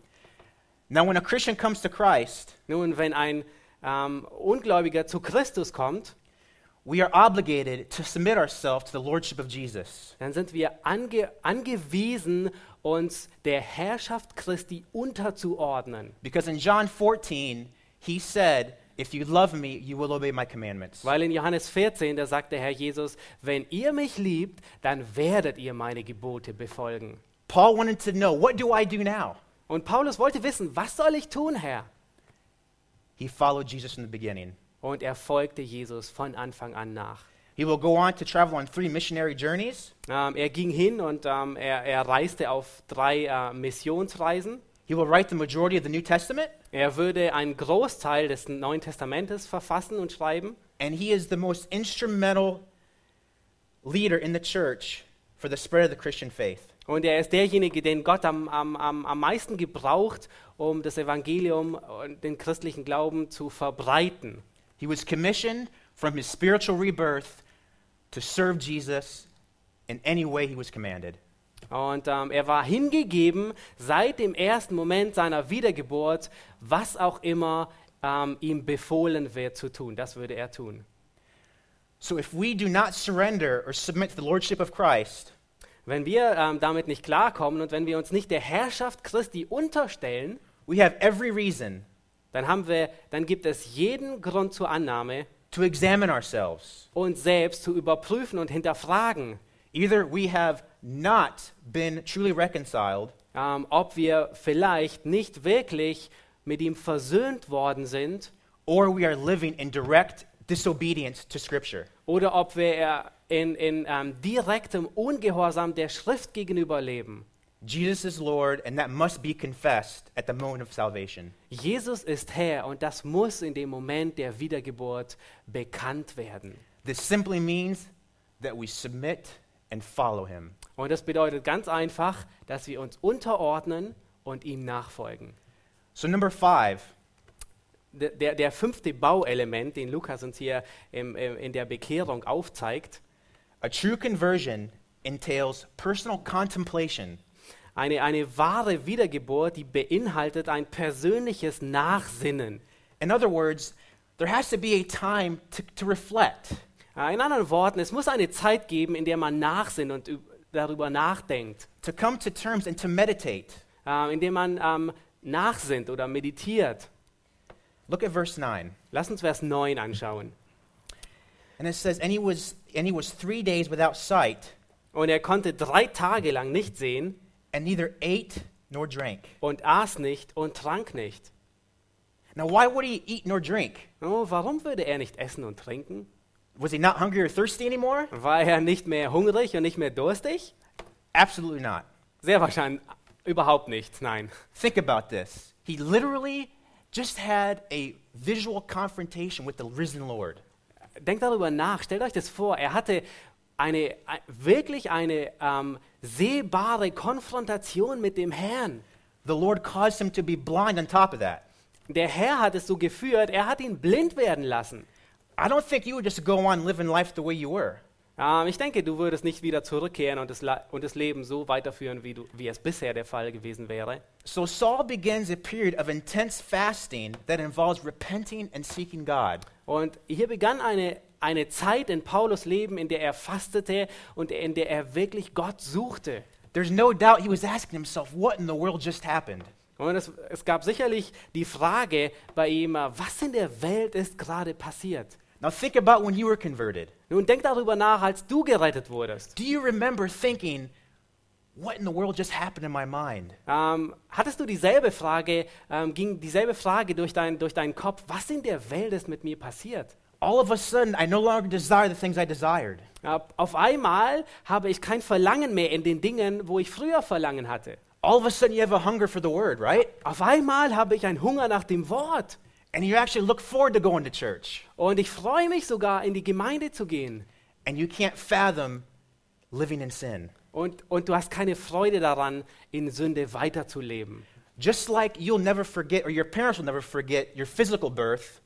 Now, when a Christian comes to Christ, Nun, wenn ein ähm, Ungläubiger zu Christus kommt, we are obligated to submit ourselves to the Lordship of Jesus. dann sind wir ange angewiesen, uns der Herrschaft Christi unterzuordnen. Because in John 14, he said, If you love me, you will obey my commandments. Weil in Johannes 14, da sagt der Herr Jesus, wenn ihr mich liebt, dann werdet ihr meine Gebote befolgen. Paul wanted to know, What do I do now? Und Paulus wollte wissen, was soll ich tun, Herr? He followed Jesus from the beginning. Und er folgte Jesus von Anfang an nach. He will go on to travel on three missionary journeys. Ähm, er ging hin und ähm, er, er reiste auf drei äh, Missionsreisen. He will write the majority of the New Testament. Er würde einen Großteil des Neuen Testamentes verfassen und schreiben. And he is the most instrumental leader in the church for the spread of the Christian faith. Und er ist derjenige, den Gott am, am, am, am meisten gebraucht, um das Evangelium und den christlichen Glauben zu verbreiten. He was commissioned from his spiritual rebirth to serve Jesus in any way he was commanded. Und ähm, er war hingegeben seit dem ersten Moment seiner Wiedergeburt, was auch immer ähm, ihm befohlen wird zu tun. Das würde er tun. So if we do not surrender or submit to the lordship of Christ, Wenn wir ähm, damit nicht klarkommen und wenn wir uns nicht der Herrschaft Christi unterstellen, we have every reason dann, haben wir, dann gibt es jeden Grund zur Annahme, to examine ourselves. uns selbst zu überprüfen und hinterfragen, Either we have not been truly reconciled, ähm, ob wir vielleicht nicht wirklich mit ihm versöhnt worden sind or we are living in direct disobedience to Scripture. oder ob wir äh, in, in ähm, direktem Ungehorsam der Schrift gegenüber leben. Jesus is Lord, and that must be confessed at the moment of salvation. Jesus ist Herr und das muss in dem Moment der Wiedergeburt bekannt werden. This simply means that we submit and follow him. Und das bedeutet ganz einfach, dass wir uns unterordnen und ihm nachfolgen. So, number five, Der, der, der fünfte Bauelement, den Lukas uns hier im, im, in der Bekehrung aufzeigt, a true conversion entails personal contemplation. eine, eine wahre Wiedergeburt, die beinhaltet ein persönliches Nachsinnen. In other words, there has to be a time to, to reflect. Äh, In anderen Worten, es muss eine Zeit geben, in der man nachsinnt und üb- darüber nachdenkt, to come to terms and to meditate. äh, in der man ähm, nachsinnt oder meditiert. Look at verse 9. Lass uns Vers 9 anschauen. And it says, and he, was, and he was three days without sight, Und er konnte drei Tage lang nicht sehen and neither ate nor drank. und aß nicht und trank nicht. Now, why would he eat nor drink? Oh, warum würde er nicht essen und trinken? Was he not hungry or thirsty anymore? War er nicht mehr hungrig und nicht mehr durstig? Absolutely not. Sehr wahrscheinlich überhaupt nicht, nein. Think about this. He literally just had a visual confrontation with the risen Lord. Denkt darüber nach, stellt euch das vor, er hatte eine, ein- wirklich eine ähm, sehbare Konfrontation mit dem Herrn. The Lord caused him to be blind on top of that. Der Herr hat es so geführt, er hat ihn blind werden lassen. I don't think you would just go on living life the way you were. Ähm, ich denke, du würdest nicht wieder zurückkehren und das, La- und das Leben so weiterführen, wie, du, wie es bisher der Fall gewesen wäre. So Saul begins a period of intense fasting that involves repenting and seeking God. Und hier begann eine, eine Zeit in Paulus Leben, in der er fastete und in der er wirklich Gott suchte. There's no doubt he was asking himself, what in the world just happened? Und es, es gab sicherlich die Frage bei ihm, äh, was in der Welt ist gerade passiert? Now think about when you were converted. Nun denk darüber nach, als du gerettet wurdest. Do you remember thinking, what in the world just happened in my mind? Ähm, hattest du dieselbe Frage, ähm, ging dieselbe Frage durch, dein, durch deinen Kopf, was in der Welt ist mit mir passiert? All of a sudden, I no longer desire the things I desired. Ja, Auf einmal habe ich kein Verlangen mehr in den Dingen, wo ich früher Verlangen hatte. All of a sudden, you have a hunger for the word, right? Auf einmal habe ich einen Hunger nach dem Wort. And you actually look forward to going to church. Und ich freue mich sogar, in die Gemeinde zu gehen. And you can't fathom living in sin. Und, und du hast keine Freude daran, in Sünde weiterzuleben. Just like you'll never forget, or your parents will never forget, your physical birth,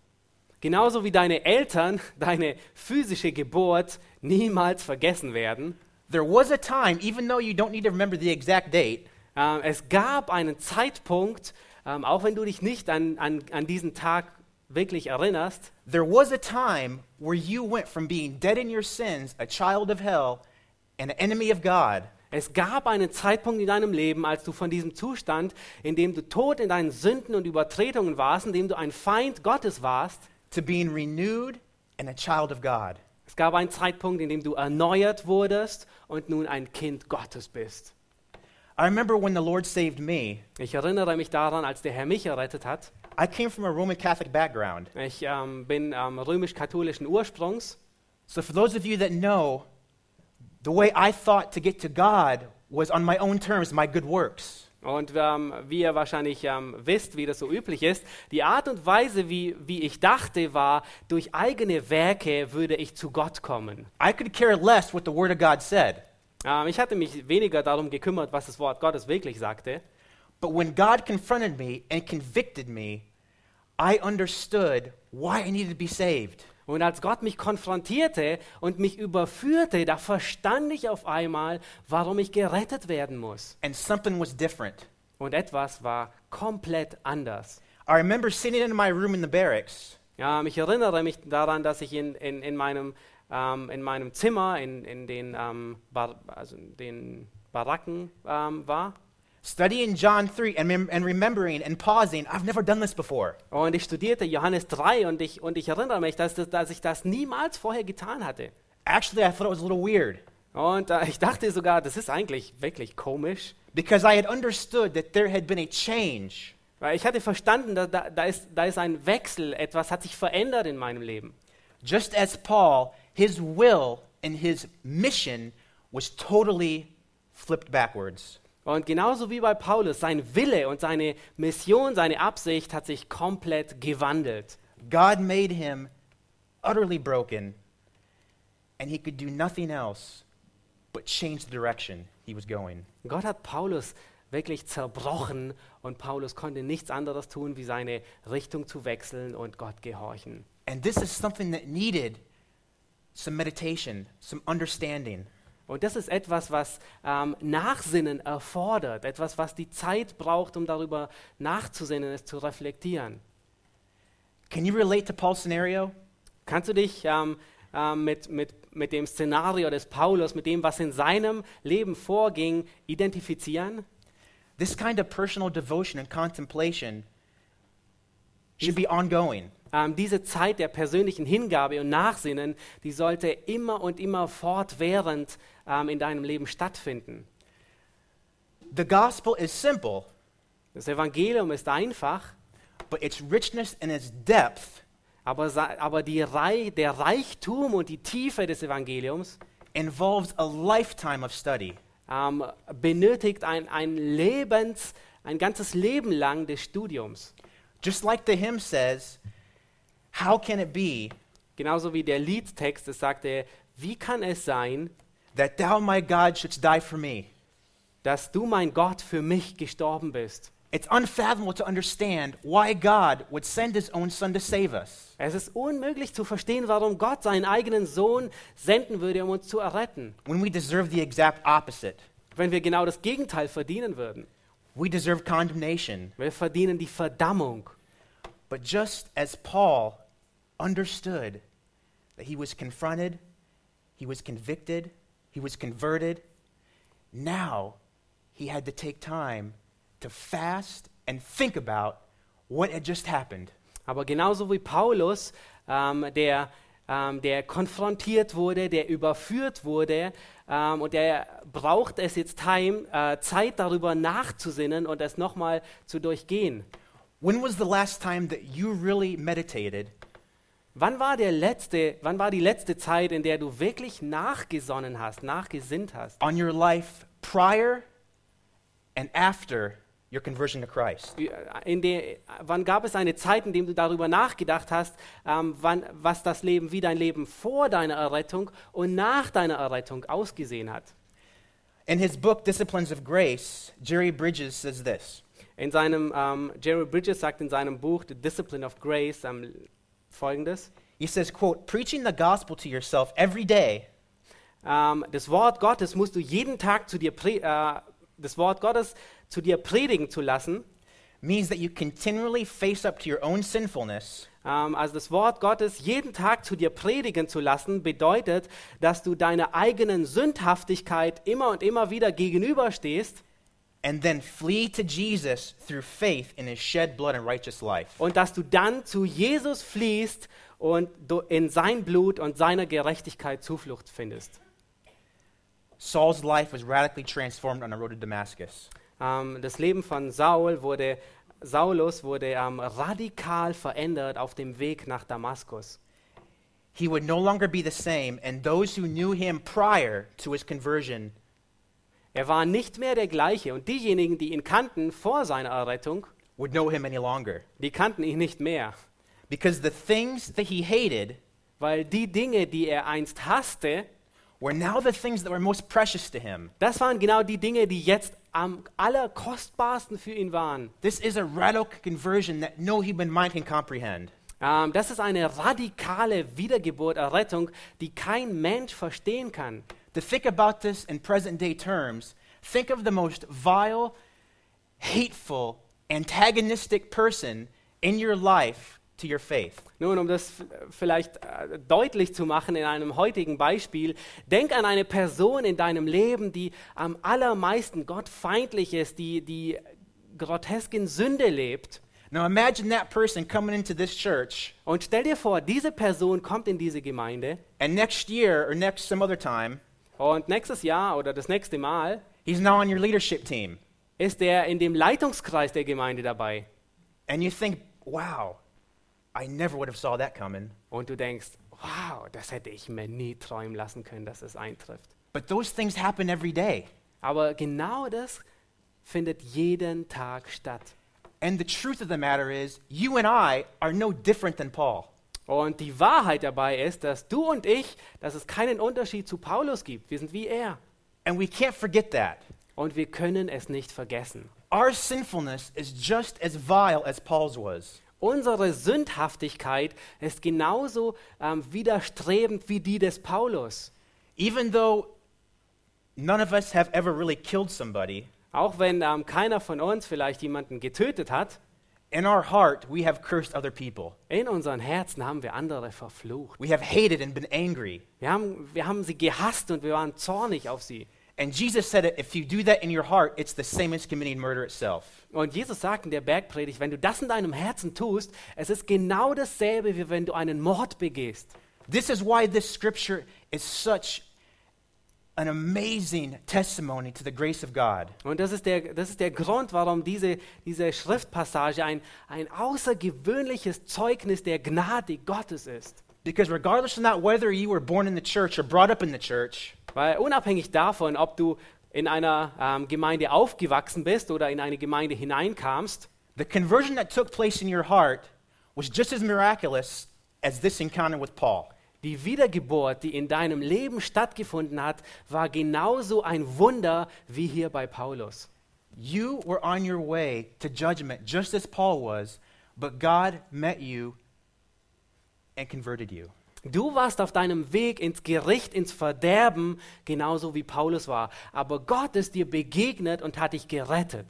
Genauso wie deine Eltern deine physische Geburt niemals vergessen werden. there was a time, even though you don't need to remember the exact date, Ähm, es gab einen Zeitpunkt, ähm, auch wenn du dich nicht an, an, an diesen Tag wirklich erinnerst, there was a time where you went from being dead in your sins, a child of hell, and an enemy of God, es gab einen Zeitpunkt in deinem Leben, als du von diesem Zustand, in dem du tot in deinen Sünden und Übertretungen warst, in dem du ein Feind Gottes warst, to being renewed and a child of God. Es gab einen Zeitpunkt, in dem du erneuert wurdest und nun ein Kind Gottes bist. I remember when the Lord saved me, Ich erinnere mich daran, als der Herr mich errettet hat. I came from a Roman Catholic background. Ich ähm, bin ähm, römisch-katholischen Ursprungs. So, for those of you that know, the way I thought to get to God was on my own terms, my good works. Und ähm, wie ihr wahrscheinlich ähm, wisst, wie das so üblich ist, die Art und Weise, wie, wie ich dachte, war, durch eigene Werke würde ich zu Gott kommen. I could care less what the Word of God said. Ähm, ich hatte mich weniger darum gekümmert, was das Wort Gottes wirklich sagte. But when God confronted me and convicted me, I understood why I needed to be saved. Und als Gott mich konfrontierte und mich überführte, da verstand ich auf einmal, warum ich gerettet werden muss. And something was different. Und etwas war komplett anders. I remember sitting in my room in the barracks, Ja, ich erinnere mich daran, dass ich in, in, in, meinem, ähm, in meinem Zimmer, in, in, den, ähm, Bar also in den Baracken ähm, war. studying John 3 and, mem- and remembering and pausing, I've never done this before. Und ich studierte Johannes 3 und ich, und ich erinnere mich, dass, das- dass ich das niemals vorher getan hatte. Actually, I thought it was a little weird Und äh, ich dachte sogar, das ist eigentlich wirklich komisch. because I had understood that there had been a change. Weil ich hatte verstanden, da, da, da, ist, da ist ein Wechsel, etwas hat sich verändert in meinem Leben. Just as Paul, his will and his mission was totally flipped backwards. Und genauso wie bei Paulus, sein Wille und seine Mission, seine Absicht hat sich komplett gewandelt. God made him utterly broken, and he could do nothing else but change the direction he was going. Gott hat Paulus wirklich zerbrochen und Paulus konnte nichts anderes tun, wie seine Richtung zu wechseln und Gott gehorchen. And this is something that needed some meditation, some understanding. Und das ist etwas, was ähm, Nachsinnen erfordert, etwas, was die Zeit braucht, um darüber nachzusinnen, es zu reflektieren. Can you relate to Paul's scenario? Kannst du dich ähm, äh, mit, mit, mit dem Szenario des Paulus, mit dem, was in seinem Leben vorging, identifizieren? This kind of personal devotion and contemplation should be ongoing. Ähm, diese Zeit der persönlichen Hingabe und Nachsinnen, die sollte immer und immer fortwährend ähm, in deinem Leben stattfinden. The gospel is simple, Das Evangelium ist einfach, but its richness and its depth aber, sa- aber die Rei der Reichtum und die Tiefe des Evangeliums involves a lifetime of study. ähm, benötigt ein, ein, Lebens, ein ganzes Leben lang des Studiums. Just like the hymn says, how can it be Genauso wie der Liedtext es sagte, wie kann es sein, that thou, my God, shouldst die for me? dass du, mein Gott, für mich gestorben bist? It's unfathomable to understand why God would send his own son to save us. Es ist unmöglich zu verstehen, warum Gott seinen eigenen Sohn senden würde, um uns zu erretten, when we deserve the exact opposite. wenn wir genau das Gegenteil verdienen würden. We deserve condemnation. Wir verdienen die Verdammung. But just as Paul understood that he was confronted, he was convicted, he was converted, now he had to take time to fast and think about what had just happened. Aber genauso wie Paulus, ähm, der, ähm, der konfrontiert wurde, der überführt wurde ähm, und der braucht es jetzt time, äh, Zeit darüber nachzusinnen und es nochmal zu durchgehen. When was the last time that you really meditated Wann war, der letzte, wann war die letzte Zeit, in der du wirklich nachgesonnen hast, nachgesinnt hast? on your life prior and after your conversion to Christ? In der, wann gab es eine Zeit, in der du darüber nachgedacht hast, ähm, wann, was das Leben, wie dein Leben vor deiner Errettung und nach deiner Errettung ausgesehen hat? In his book, Disciplines of Grace, Jerry Bridges says this In seinem, ähm, Jerry Bridges sagt in seinem Buch The Discipline of Grace ähm, folgendes. He says, quote, preaching the gospel to yourself every day Ähm, das Wort Gottes musst du jeden Tag zu dir, pre äh, das Wort Gottes zu dir predigen zu lassen. means that you continually face up to your own sinfulness Ähm, also das Wort Gottes jeden Tag zu dir predigen zu lassen, bedeutet, dass du deiner eigenen Sündhaftigkeit immer und immer wieder gegenüberstehst and then flee to Jesus through faith in his shed blood and righteous life. und dass du dann zu Jesus fließt und du in sein Blut und seiner Gerechtigkeit Zuflucht findest. Saul's life was radically transformed on the road to Damascus. Ähm, das Leben von Saul wurde, Saulus wurde ähm, radikal verändert auf dem Weg nach Damaskus. He would no longer be the same, and those who knew him prior to his conversion Er war nicht mehr der gleiche und diejenigen, die ihn kannten vor seiner Errettung, would know him any longer die kannten ihn nicht mehr, because the things that he hated weil die Dinge, die er einst hasste, were now the things that were most precious to him. das waren genau die Dinge, die jetzt am allerkostbarsten für ihn waren. This is a radical conversion that no human mind can comprehend. Ähm, das ist eine radikale Wiedergeburt, Errettung, die kein Mensch verstehen kann. To think about this in present day terms, think of the most vile, hateful, antagonistic person in your life to your faith. Nun, um das v- vielleicht äh, deutlich zu machen in einem heutigen Beispiel, denk an eine Person in deinem Leben, die am allermeisten gottfeindlich ist, die die grotesk in Sünde lebt. Now imagine that person coming into this church, Und stell dir vor, diese Person kommt in diese Gemeinde and next year or next some other time, und nächstes Jahr oder das nächste Mal he's now on your leadership team. ist er in dem Leitungskreis der Gemeinde dabei. And you think, wow, I never would have saw that coming. Und du denkst, wow, das hätte ich mir nie träumen lassen können, dass es eintrifft. But those things happen every day. Aber genau das findet jeden Tag statt. And the truth of the matter is, you and I are no different than Paul. Und die Wahrheit dabei ist, dass du und ich, dass es keinen Unterschied zu Paulus gibt. Wir sind wie er. And we can't forget that. Und wir können es nicht vergessen. Our sinfulness is just as vile as Paul's was. Unsere Sündhaftigkeit ist genauso ähm, widerstrebend wie die des Paulus. Even though none of us have ever really killed somebody, Auch wenn ähm, keiner von uns vielleicht jemanden getötet hat, in our heart, we have cursed other people. In unseren Herzen haben wir andere verflucht. We have hated and been angry. Wir haben, wir haben sie gehasst und wir waren zornig auf sie. And Jesus said, that if you do that in your heart, it's the same as committing murder itself. Und Jesus sagt in der Bergpredigt, wenn du das in deinem Herzen tust, es ist genau dasselbe, wie wenn du einen Mord begehst. This is why this scripture is such an amazing testimony to the grace of God. Und das ist der, das ist der Grund, warum diese, diese Schriftpassage ein, ein außergewöhnliches Zeugnis der Gnade Gottes ist. Because regardless of not whether you were born in the church or brought up in the church, Weil unabhängig davon, ob du in einer ähm, Gemeinde aufgewachsen bist oder in eine Gemeinde hineinkamst, the conversion that took place in your heart was just as miraculous as this encounter with Paul. die Wiedergeburt, die in deinem Leben stattgefunden hat, war genauso ein Wunder wie hier bei Paulus. You were on your way to judgment just as Paul was, but God met you and converted you. Du warst auf deinem Weg ins Gericht, ins Verderben, genauso wie Paulus war. Aber Gott ist dir begegnet und hat dich gerettet.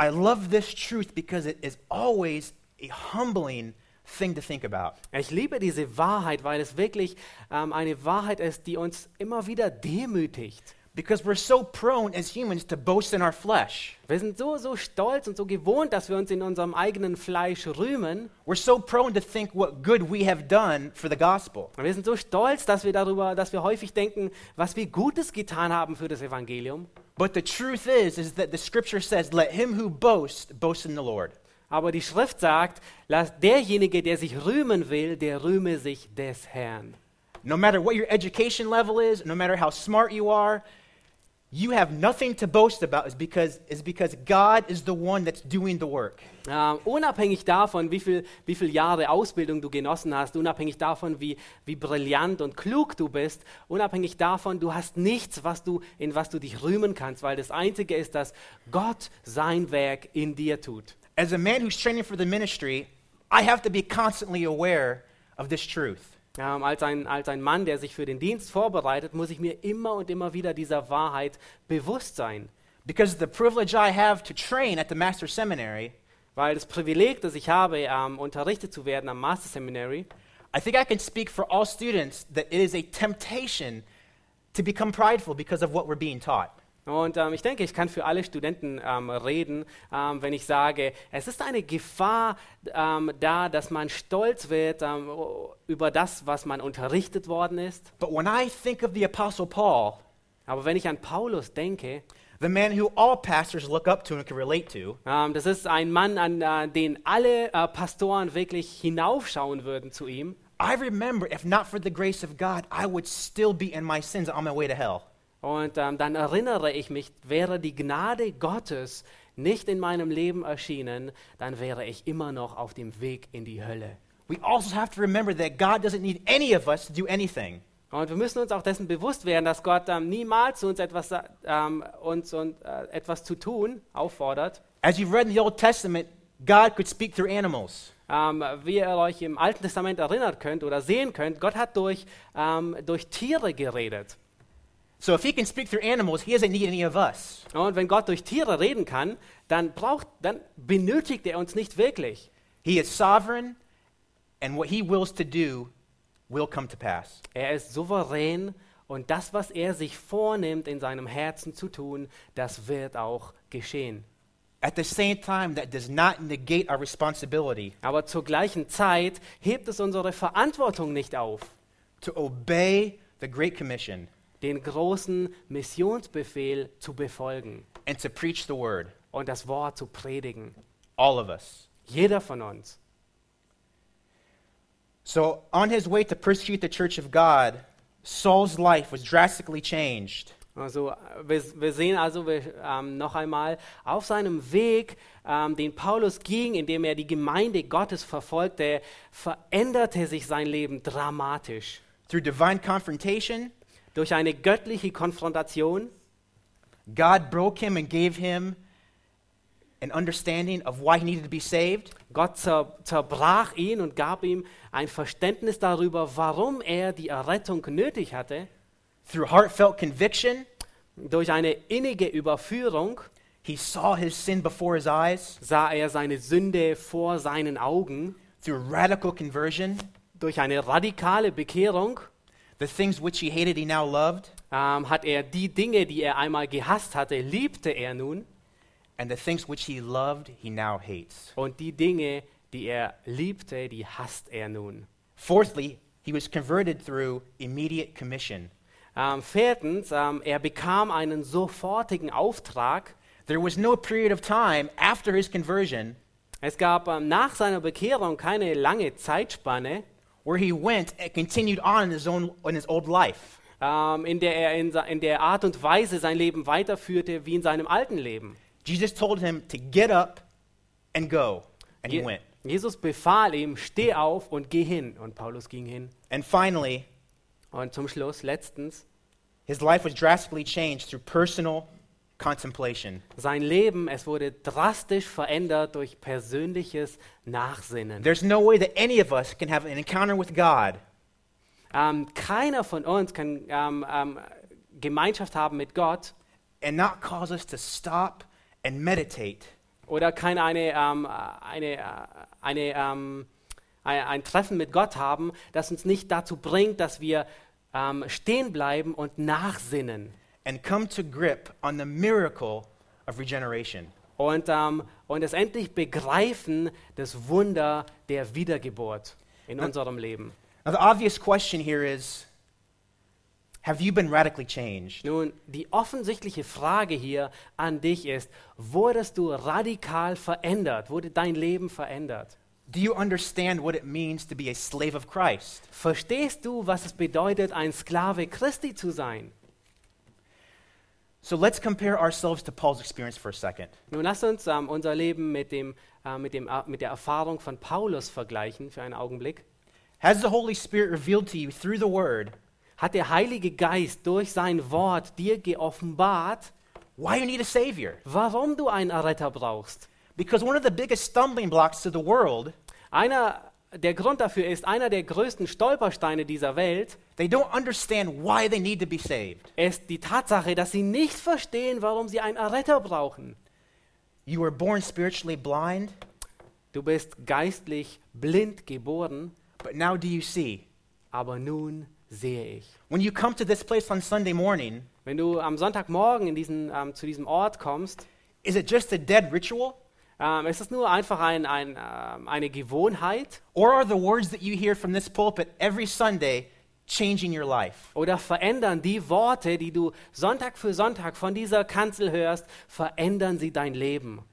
I love this truth because it is always a humbling thing to think about. Ich liebe diese Wahrheit, weil es wirklich ähm, eine Wahrheit ist, die uns immer wieder demütigt. Because we're so prone as humans to boast in our flesh. Wir sind so, so stolz und so gewohnt, dass wir uns in unserem eigenen Fleisch rühmen. We're so prone to think what good we have done for the gospel. Und wir sind so stolz, dass wir darüber, dass wir häufig denken, was wir Gutes getan haben für das Evangelium. But the truth is is that the scripture says let him who boasts boast in the Lord. Aber die Schrift sagt, lass derjenige, der sich rühmen will, der rühme sich des Herrn. No matter what your education level is, no matter how smart you are, you have nothing to boast about is because is because God is the one that's doing the work. Ähm, unabhängig davon, wie viel, wie viel Jahre Ausbildung du genossen hast, unabhängig davon, wie, wie brillant und klug du bist, unabhängig davon, du hast nichts, was du, in was du dich rühmen kannst, weil das Einzige ist, dass Gott sein Werk in dir tut. As a man who's training for the ministry, I have to be constantly aware of this truth. Ähm, als, ein, als ein Mann, der sich für den Dienst vorbereitet, muss ich mir immer und immer wieder dieser Wahrheit bewusst sein. Because the privilege I have to train at the Master Seminary, Weil das Privileg, das ich habe, ähm, unterrichtet zu werden am Master Seminary, I think I can speak for all students that it is a temptation to become prideful because of what we're being taught. Und ähm, ich denke, ich kann für alle Studenten ähm, reden, ähm, wenn ich sage, es ist eine Gefahr ähm, da, dass man stolz wird ähm, o- über das, was man unterrichtet worden ist. But when I think of the Apostle Paul, Aber wenn ich an Paulus denke, the man who all pastors look up to and can relate to, ähm, das ist ein Mann, an äh, den alle äh, Pastoren wirklich hinaufschauen würden zu ihm. I remember if not for the grace of God, I would still be in my sins on my way to hell. Und ähm, dann erinnere ich mich, wäre die Gnade Gottes nicht in meinem Leben erschienen, dann wäre ich immer noch auf dem Weg in die Hölle. We also have to remember that God doesn't need any of us to do anything. Und wir müssen uns auch dessen bewusst werden, dass Gott ähm, niemals zu uns etwas, sa- ähm, uns und, äh, etwas zu tun auffordert. As you've read in the Old Testament, God could speak through animals. Ähm, wie ihr euch im Alten Testament erinnert könnt oder sehen könnt, Gott hat durch, ähm, durch Tiere geredet. So if he can speak through animals, he doesn't need any of us. Und wenn Gott durch Tiere reden kann, dann, braucht, dann benötigt er uns nicht wirklich. He is sovereign, and what he wills to do will come to pass. Er ist souverän und das, was er sich vornimmt, in seinem Herzen zu tun, das wird auch geschehen. At the same time, that does not negate our responsibility Aber zur gleichen Zeit hebt es unsere Verantwortung nicht auf, to obey the Great Commission den großen Missionsbefehl zu befolgen and to preach the word, und das Wort zu predigen. all of us. Jeder von uns. So, on his way to persecute the church of God, Saul's life was drastically changed. Also äh, wir, wir sehen also wir, ähm, noch einmal auf seinem Weg, ähm, den Paulus ging, indem er die Gemeinde Gottes verfolgte, veränderte sich sein Leben dramatisch. Through divine confrontation, Durch eine göttliche Konfrontation God broke him and gave him an understanding of why he needed to be saved. Gott zer zerbrach ihn und gab ihm ein Verständnis darüber, warum er die Errettung nötig hatte. Through heartfelt conviction, Durch eine innige Überführung He He saw his sin before his eyes sah er seine Sünde vor seinen Augen through radical conversion. durch eine radikale Bekehrung. The things which he hated, he now loved, Ähm, hat er die Dinge, die er einmal gehasst hatte, liebte er nun. and the things which he loved, he now hates. Und die Dinge, die er liebte, die hasst er nun. Fourthly, he was converted through immediate commission. Ähm, viertens, ähm, er bekam einen sofortigen Auftrag. There was no period of time after his conversion Es gab ähm, nach seiner Bekehrung keine lange Zeitspanne, where he went and continued on in his own in his old life. ähm, in der er in, se- in der Art und Weise sein Leben weiterführte wie in seinem alten Leben. Jesus told him to get up and go, and he Je- went. Jesus befahl ihm, steh auf und geh hin. Und Paulus ging hin. And finally, Und zum Schluss, letztens, his life was drastically changed through personal contemplation. sein Leben, es wurde drastisch verändert durch persönliches Nachsinnen. There's no way that any of us can have an encounter with God Ähm, keiner von uns kann ähm, ähm, Gemeinschaft haben mit Gott and not cause us to stop and meditate oder kann eine, ähm, eine, äh, eine, ähm, ein, ein Treffen mit Gott haben, das uns nicht dazu bringt, dass wir ähm, stehen bleiben und nachsinnen and come to grip on the miracle of regeneration. und, ähm, und es endlich begreifen, das Wunder der Wiedergeburt in Na- unserem Leben. Now, the obvious question here is Have you been radically changed? Nun, die offensichtliche Frage hier an dich ist, wurdest du radikal verändert? Wurde dein Leben verändert? Do you understand what it means to be a slave of Christ? Verstehst du, was es bedeutet, ein Sklave Christi zu sein? So let's compare ourselves to Paul's experience for a second. Nun lass uns ähm, unser Leben mit, dem, äh, mit, dem, äh, mit der Erfahrung von Paulus vergleichen für einen Augenblick. Has the Holy Spirit revealed to you through the Word Hat der Heilige Geist durch sein Wort dir geoffenbart, why you need a Savior? warum du einen Retter brauchst? Because one of the biggest stumbling blocks to the world, Einer, der Grund dafür ist, einer der größten Stolpersteine dieser Welt they don't understand why they need to be saved. ist die Tatsache, dass sie nicht verstehen, warum sie einen Retter brauchen. You were born spiritually blind, Du bist geistlich blind geboren, but now do you see? aber nun sehe ich. When you come to this place on Sunday morning, Wenn du am Sonntagmorgen in diesen, ähm, zu diesem Ort kommst, is it just a dead ritual? Ähm, es ist nur einfach ein, ein, ähm, eine Gewohnheit Or are the words that you hear from this pulpit every Sunday changing your life? oder verändern die Worte, die du Sonntag für Sonntag von dieser Kanzel hörst, verändern sie dein Leben.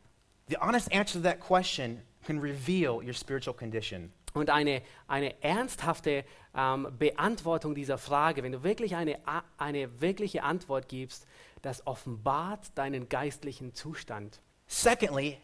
The honest answer to that question can reveal your spiritual condition. Und eine, eine ernsthafte ähm, Beantwortung dieser Frage, wenn du wirklich eine, a- eine wirkliche Antwort gibst, das offenbart deinen geistlichen Zustand. Secondly,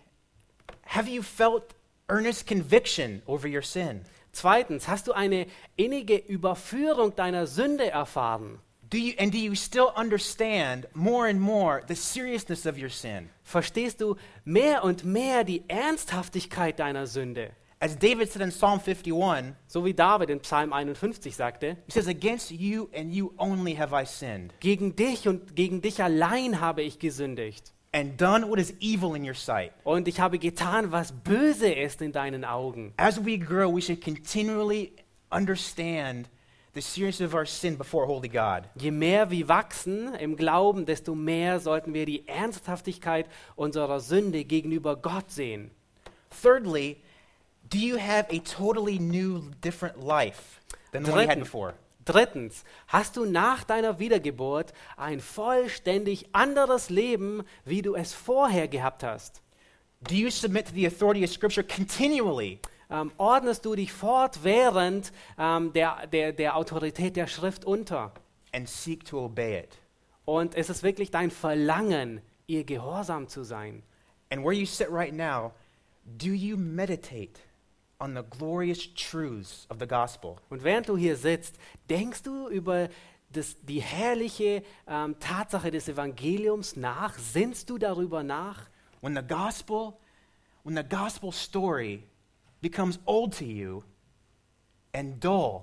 have you felt earnest conviction over your sin? Zweitens, hast du eine innige Überführung deiner Sünde erfahren? Do you, and do you still understand more and more the seriousness of your sin? Verstehst du mehr und mehr die Ernsthaftigkeit deiner Sünde? As David said in Psalm 51, So wie David in Psalm 51 sagte, he says, Against you and you only have I sinned, gegen dich und gegen dich allein habe ich gesündigt. and done what is evil in your sight. Und ich habe getan, was böse ist in deinen Augen. As we grow, we should continually understand the seriousness of our sin before Holy God. Je mehr wir wachsen im Glauben, desto mehr sollten wir die Ernsthaftigkeit unserer Sünde gegenüber Gott sehen. Thirdly, do you have a totally new, different life than the one you had Drittens- before? Drittens, hast du nach deiner Wiedergeburt ein vollständig anderes Leben, wie du es vorher gehabt hast? Do you submit to the authority of Scripture continually? ähm, ordnest du dich fortwährend ähm, der, der, der Autorität der Schrift unter. and seek to obey it. Und es ist wirklich dein Verlangen, ihr gehorsam zu sein. And where you sit right now, do you meditate on the glorious truths of the gospel? Und während du hier sitzt, denkst du über das, die herrliche ähm, Tatsache des Evangeliums nach? Sinnst du darüber nach? When the gospel, when the gospel story becomes old to you and dull,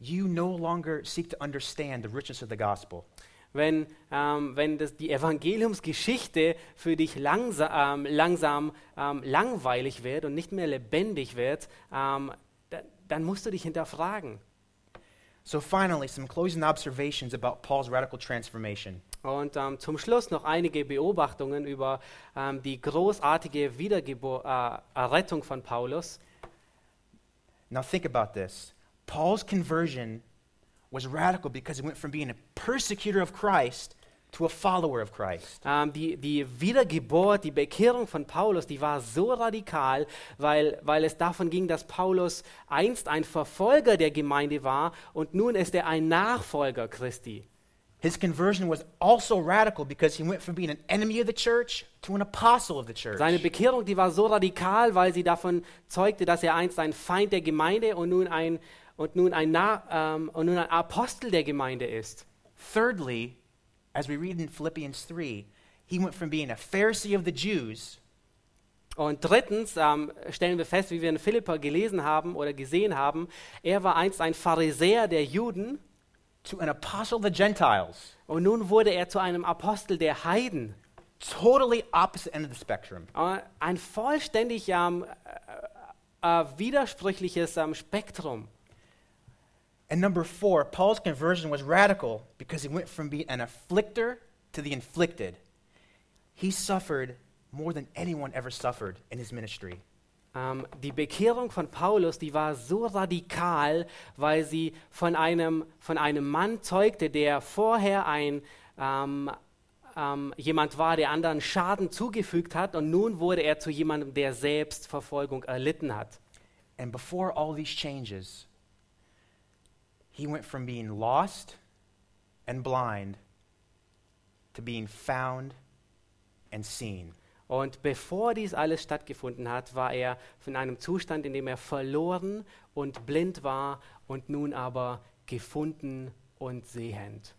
you no longer seek to understand the richness of the gospel. wenn, ähm, wenn das, die Evangeliumsgeschichte für dich langsa ähm, langsam ähm, langweilig wird und nicht mehr lebendig wird, ähm, da, dann musst du dich hinterfragen. So, finally, some closing observations about Paul's radical transformation. Und ähm, zum Schluss noch einige Beobachtungen über ähm, die großartige Wiedergeburt, äh, Errettung von Paulus. Now, think about this Paul's conversion was radical because he went from being a persecutor of Christ to a follower of Christ. Ähm, die, die Wiedergeburt, die Bekehrung von Paulus, die war so radikal, weil, weil es davon ging, dass Paulus einst ein Verfolger der Gemeinde war und nun ist er ein Nachfolger Christi. His conversion was also radical because he went from being an enemy of the church to an apostle of the church. Seine Bekehrung, die war so radikal, weil sie davon zeugte, dass er einst ein Feind der Gemeinde und nun ein, und nun ein, Na, ähm, und nun ein Apostel der Gemeinde ist. Thirdly, as we read in Philippians 3, he went from being a Pharisee of the Jews Und drittens ähm, stellen wir fest, wie wir in Philippa gelesen haben oder gesehen haben, er war einst ein Pharisäer der Juden to an apostle of the Gentiles. und nun wurde er zu einem Apostel der Heiden. Totally opposite end of the spectrum. Äh, ein vollständig ähm, äh, äh, widersprüchliches ähm, Spektrum. And number four, Paul's conversion was radical because he went from being an afflictor to the inflicted. He suffered more than anyone ever suffered in his ministry. Ähm, die Bekehrung von Paulus, die war so radikal, weil sie von einem, von einem Mann zeugte, der vorher ein, ähm, ähm, jemand war, der anderen Schaden zugefügt hat und nun wurde er zu jemandem, der selbst Verfolgung erlitten hat. And before all these changes, he went from being lost and blind to being found and seen. Und bevor dies alles stattgefunden hat, war er von einem Zustand, in dem er verloren und blind war und nun aber gefunden und sehend.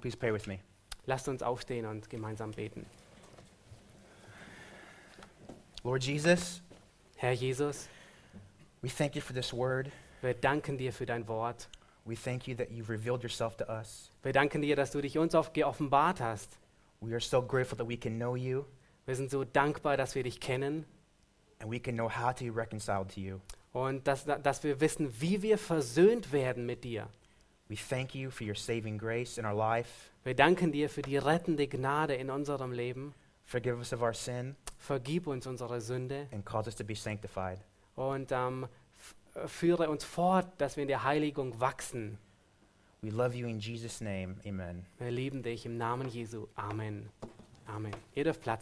Please pray with me. Lasst uns aufstehen und gemeinsam beten. Lord Jesus, Herr Jesus, we thank you for this word. Wir danken dir für dein Wort. We thank you that you've revealed yourself to us. Wir danken dir, dass du dich uns oft geoffenbart hast. We are so grateful that we can know you Wir sind so dankbar, dass wir dich kennen and we can know how to be reconciled to you. und dass, dass wir wissen, wie wir versöhnt werden mit dir. We thank you for your saving grace in our life. Wir danken dir für die rettende Gnade in unserem Leben. Forgive us of our sin Vergib uns unsere Sünde and cause us to be sanctified. und ähm, f- äh, führe uns fort, dass wir in der Heiligung wachsen. We love you in Jesus' name. Amen. Wir lieben dich im Namen Jesu. Amen. Amen. Ihr dürft Platz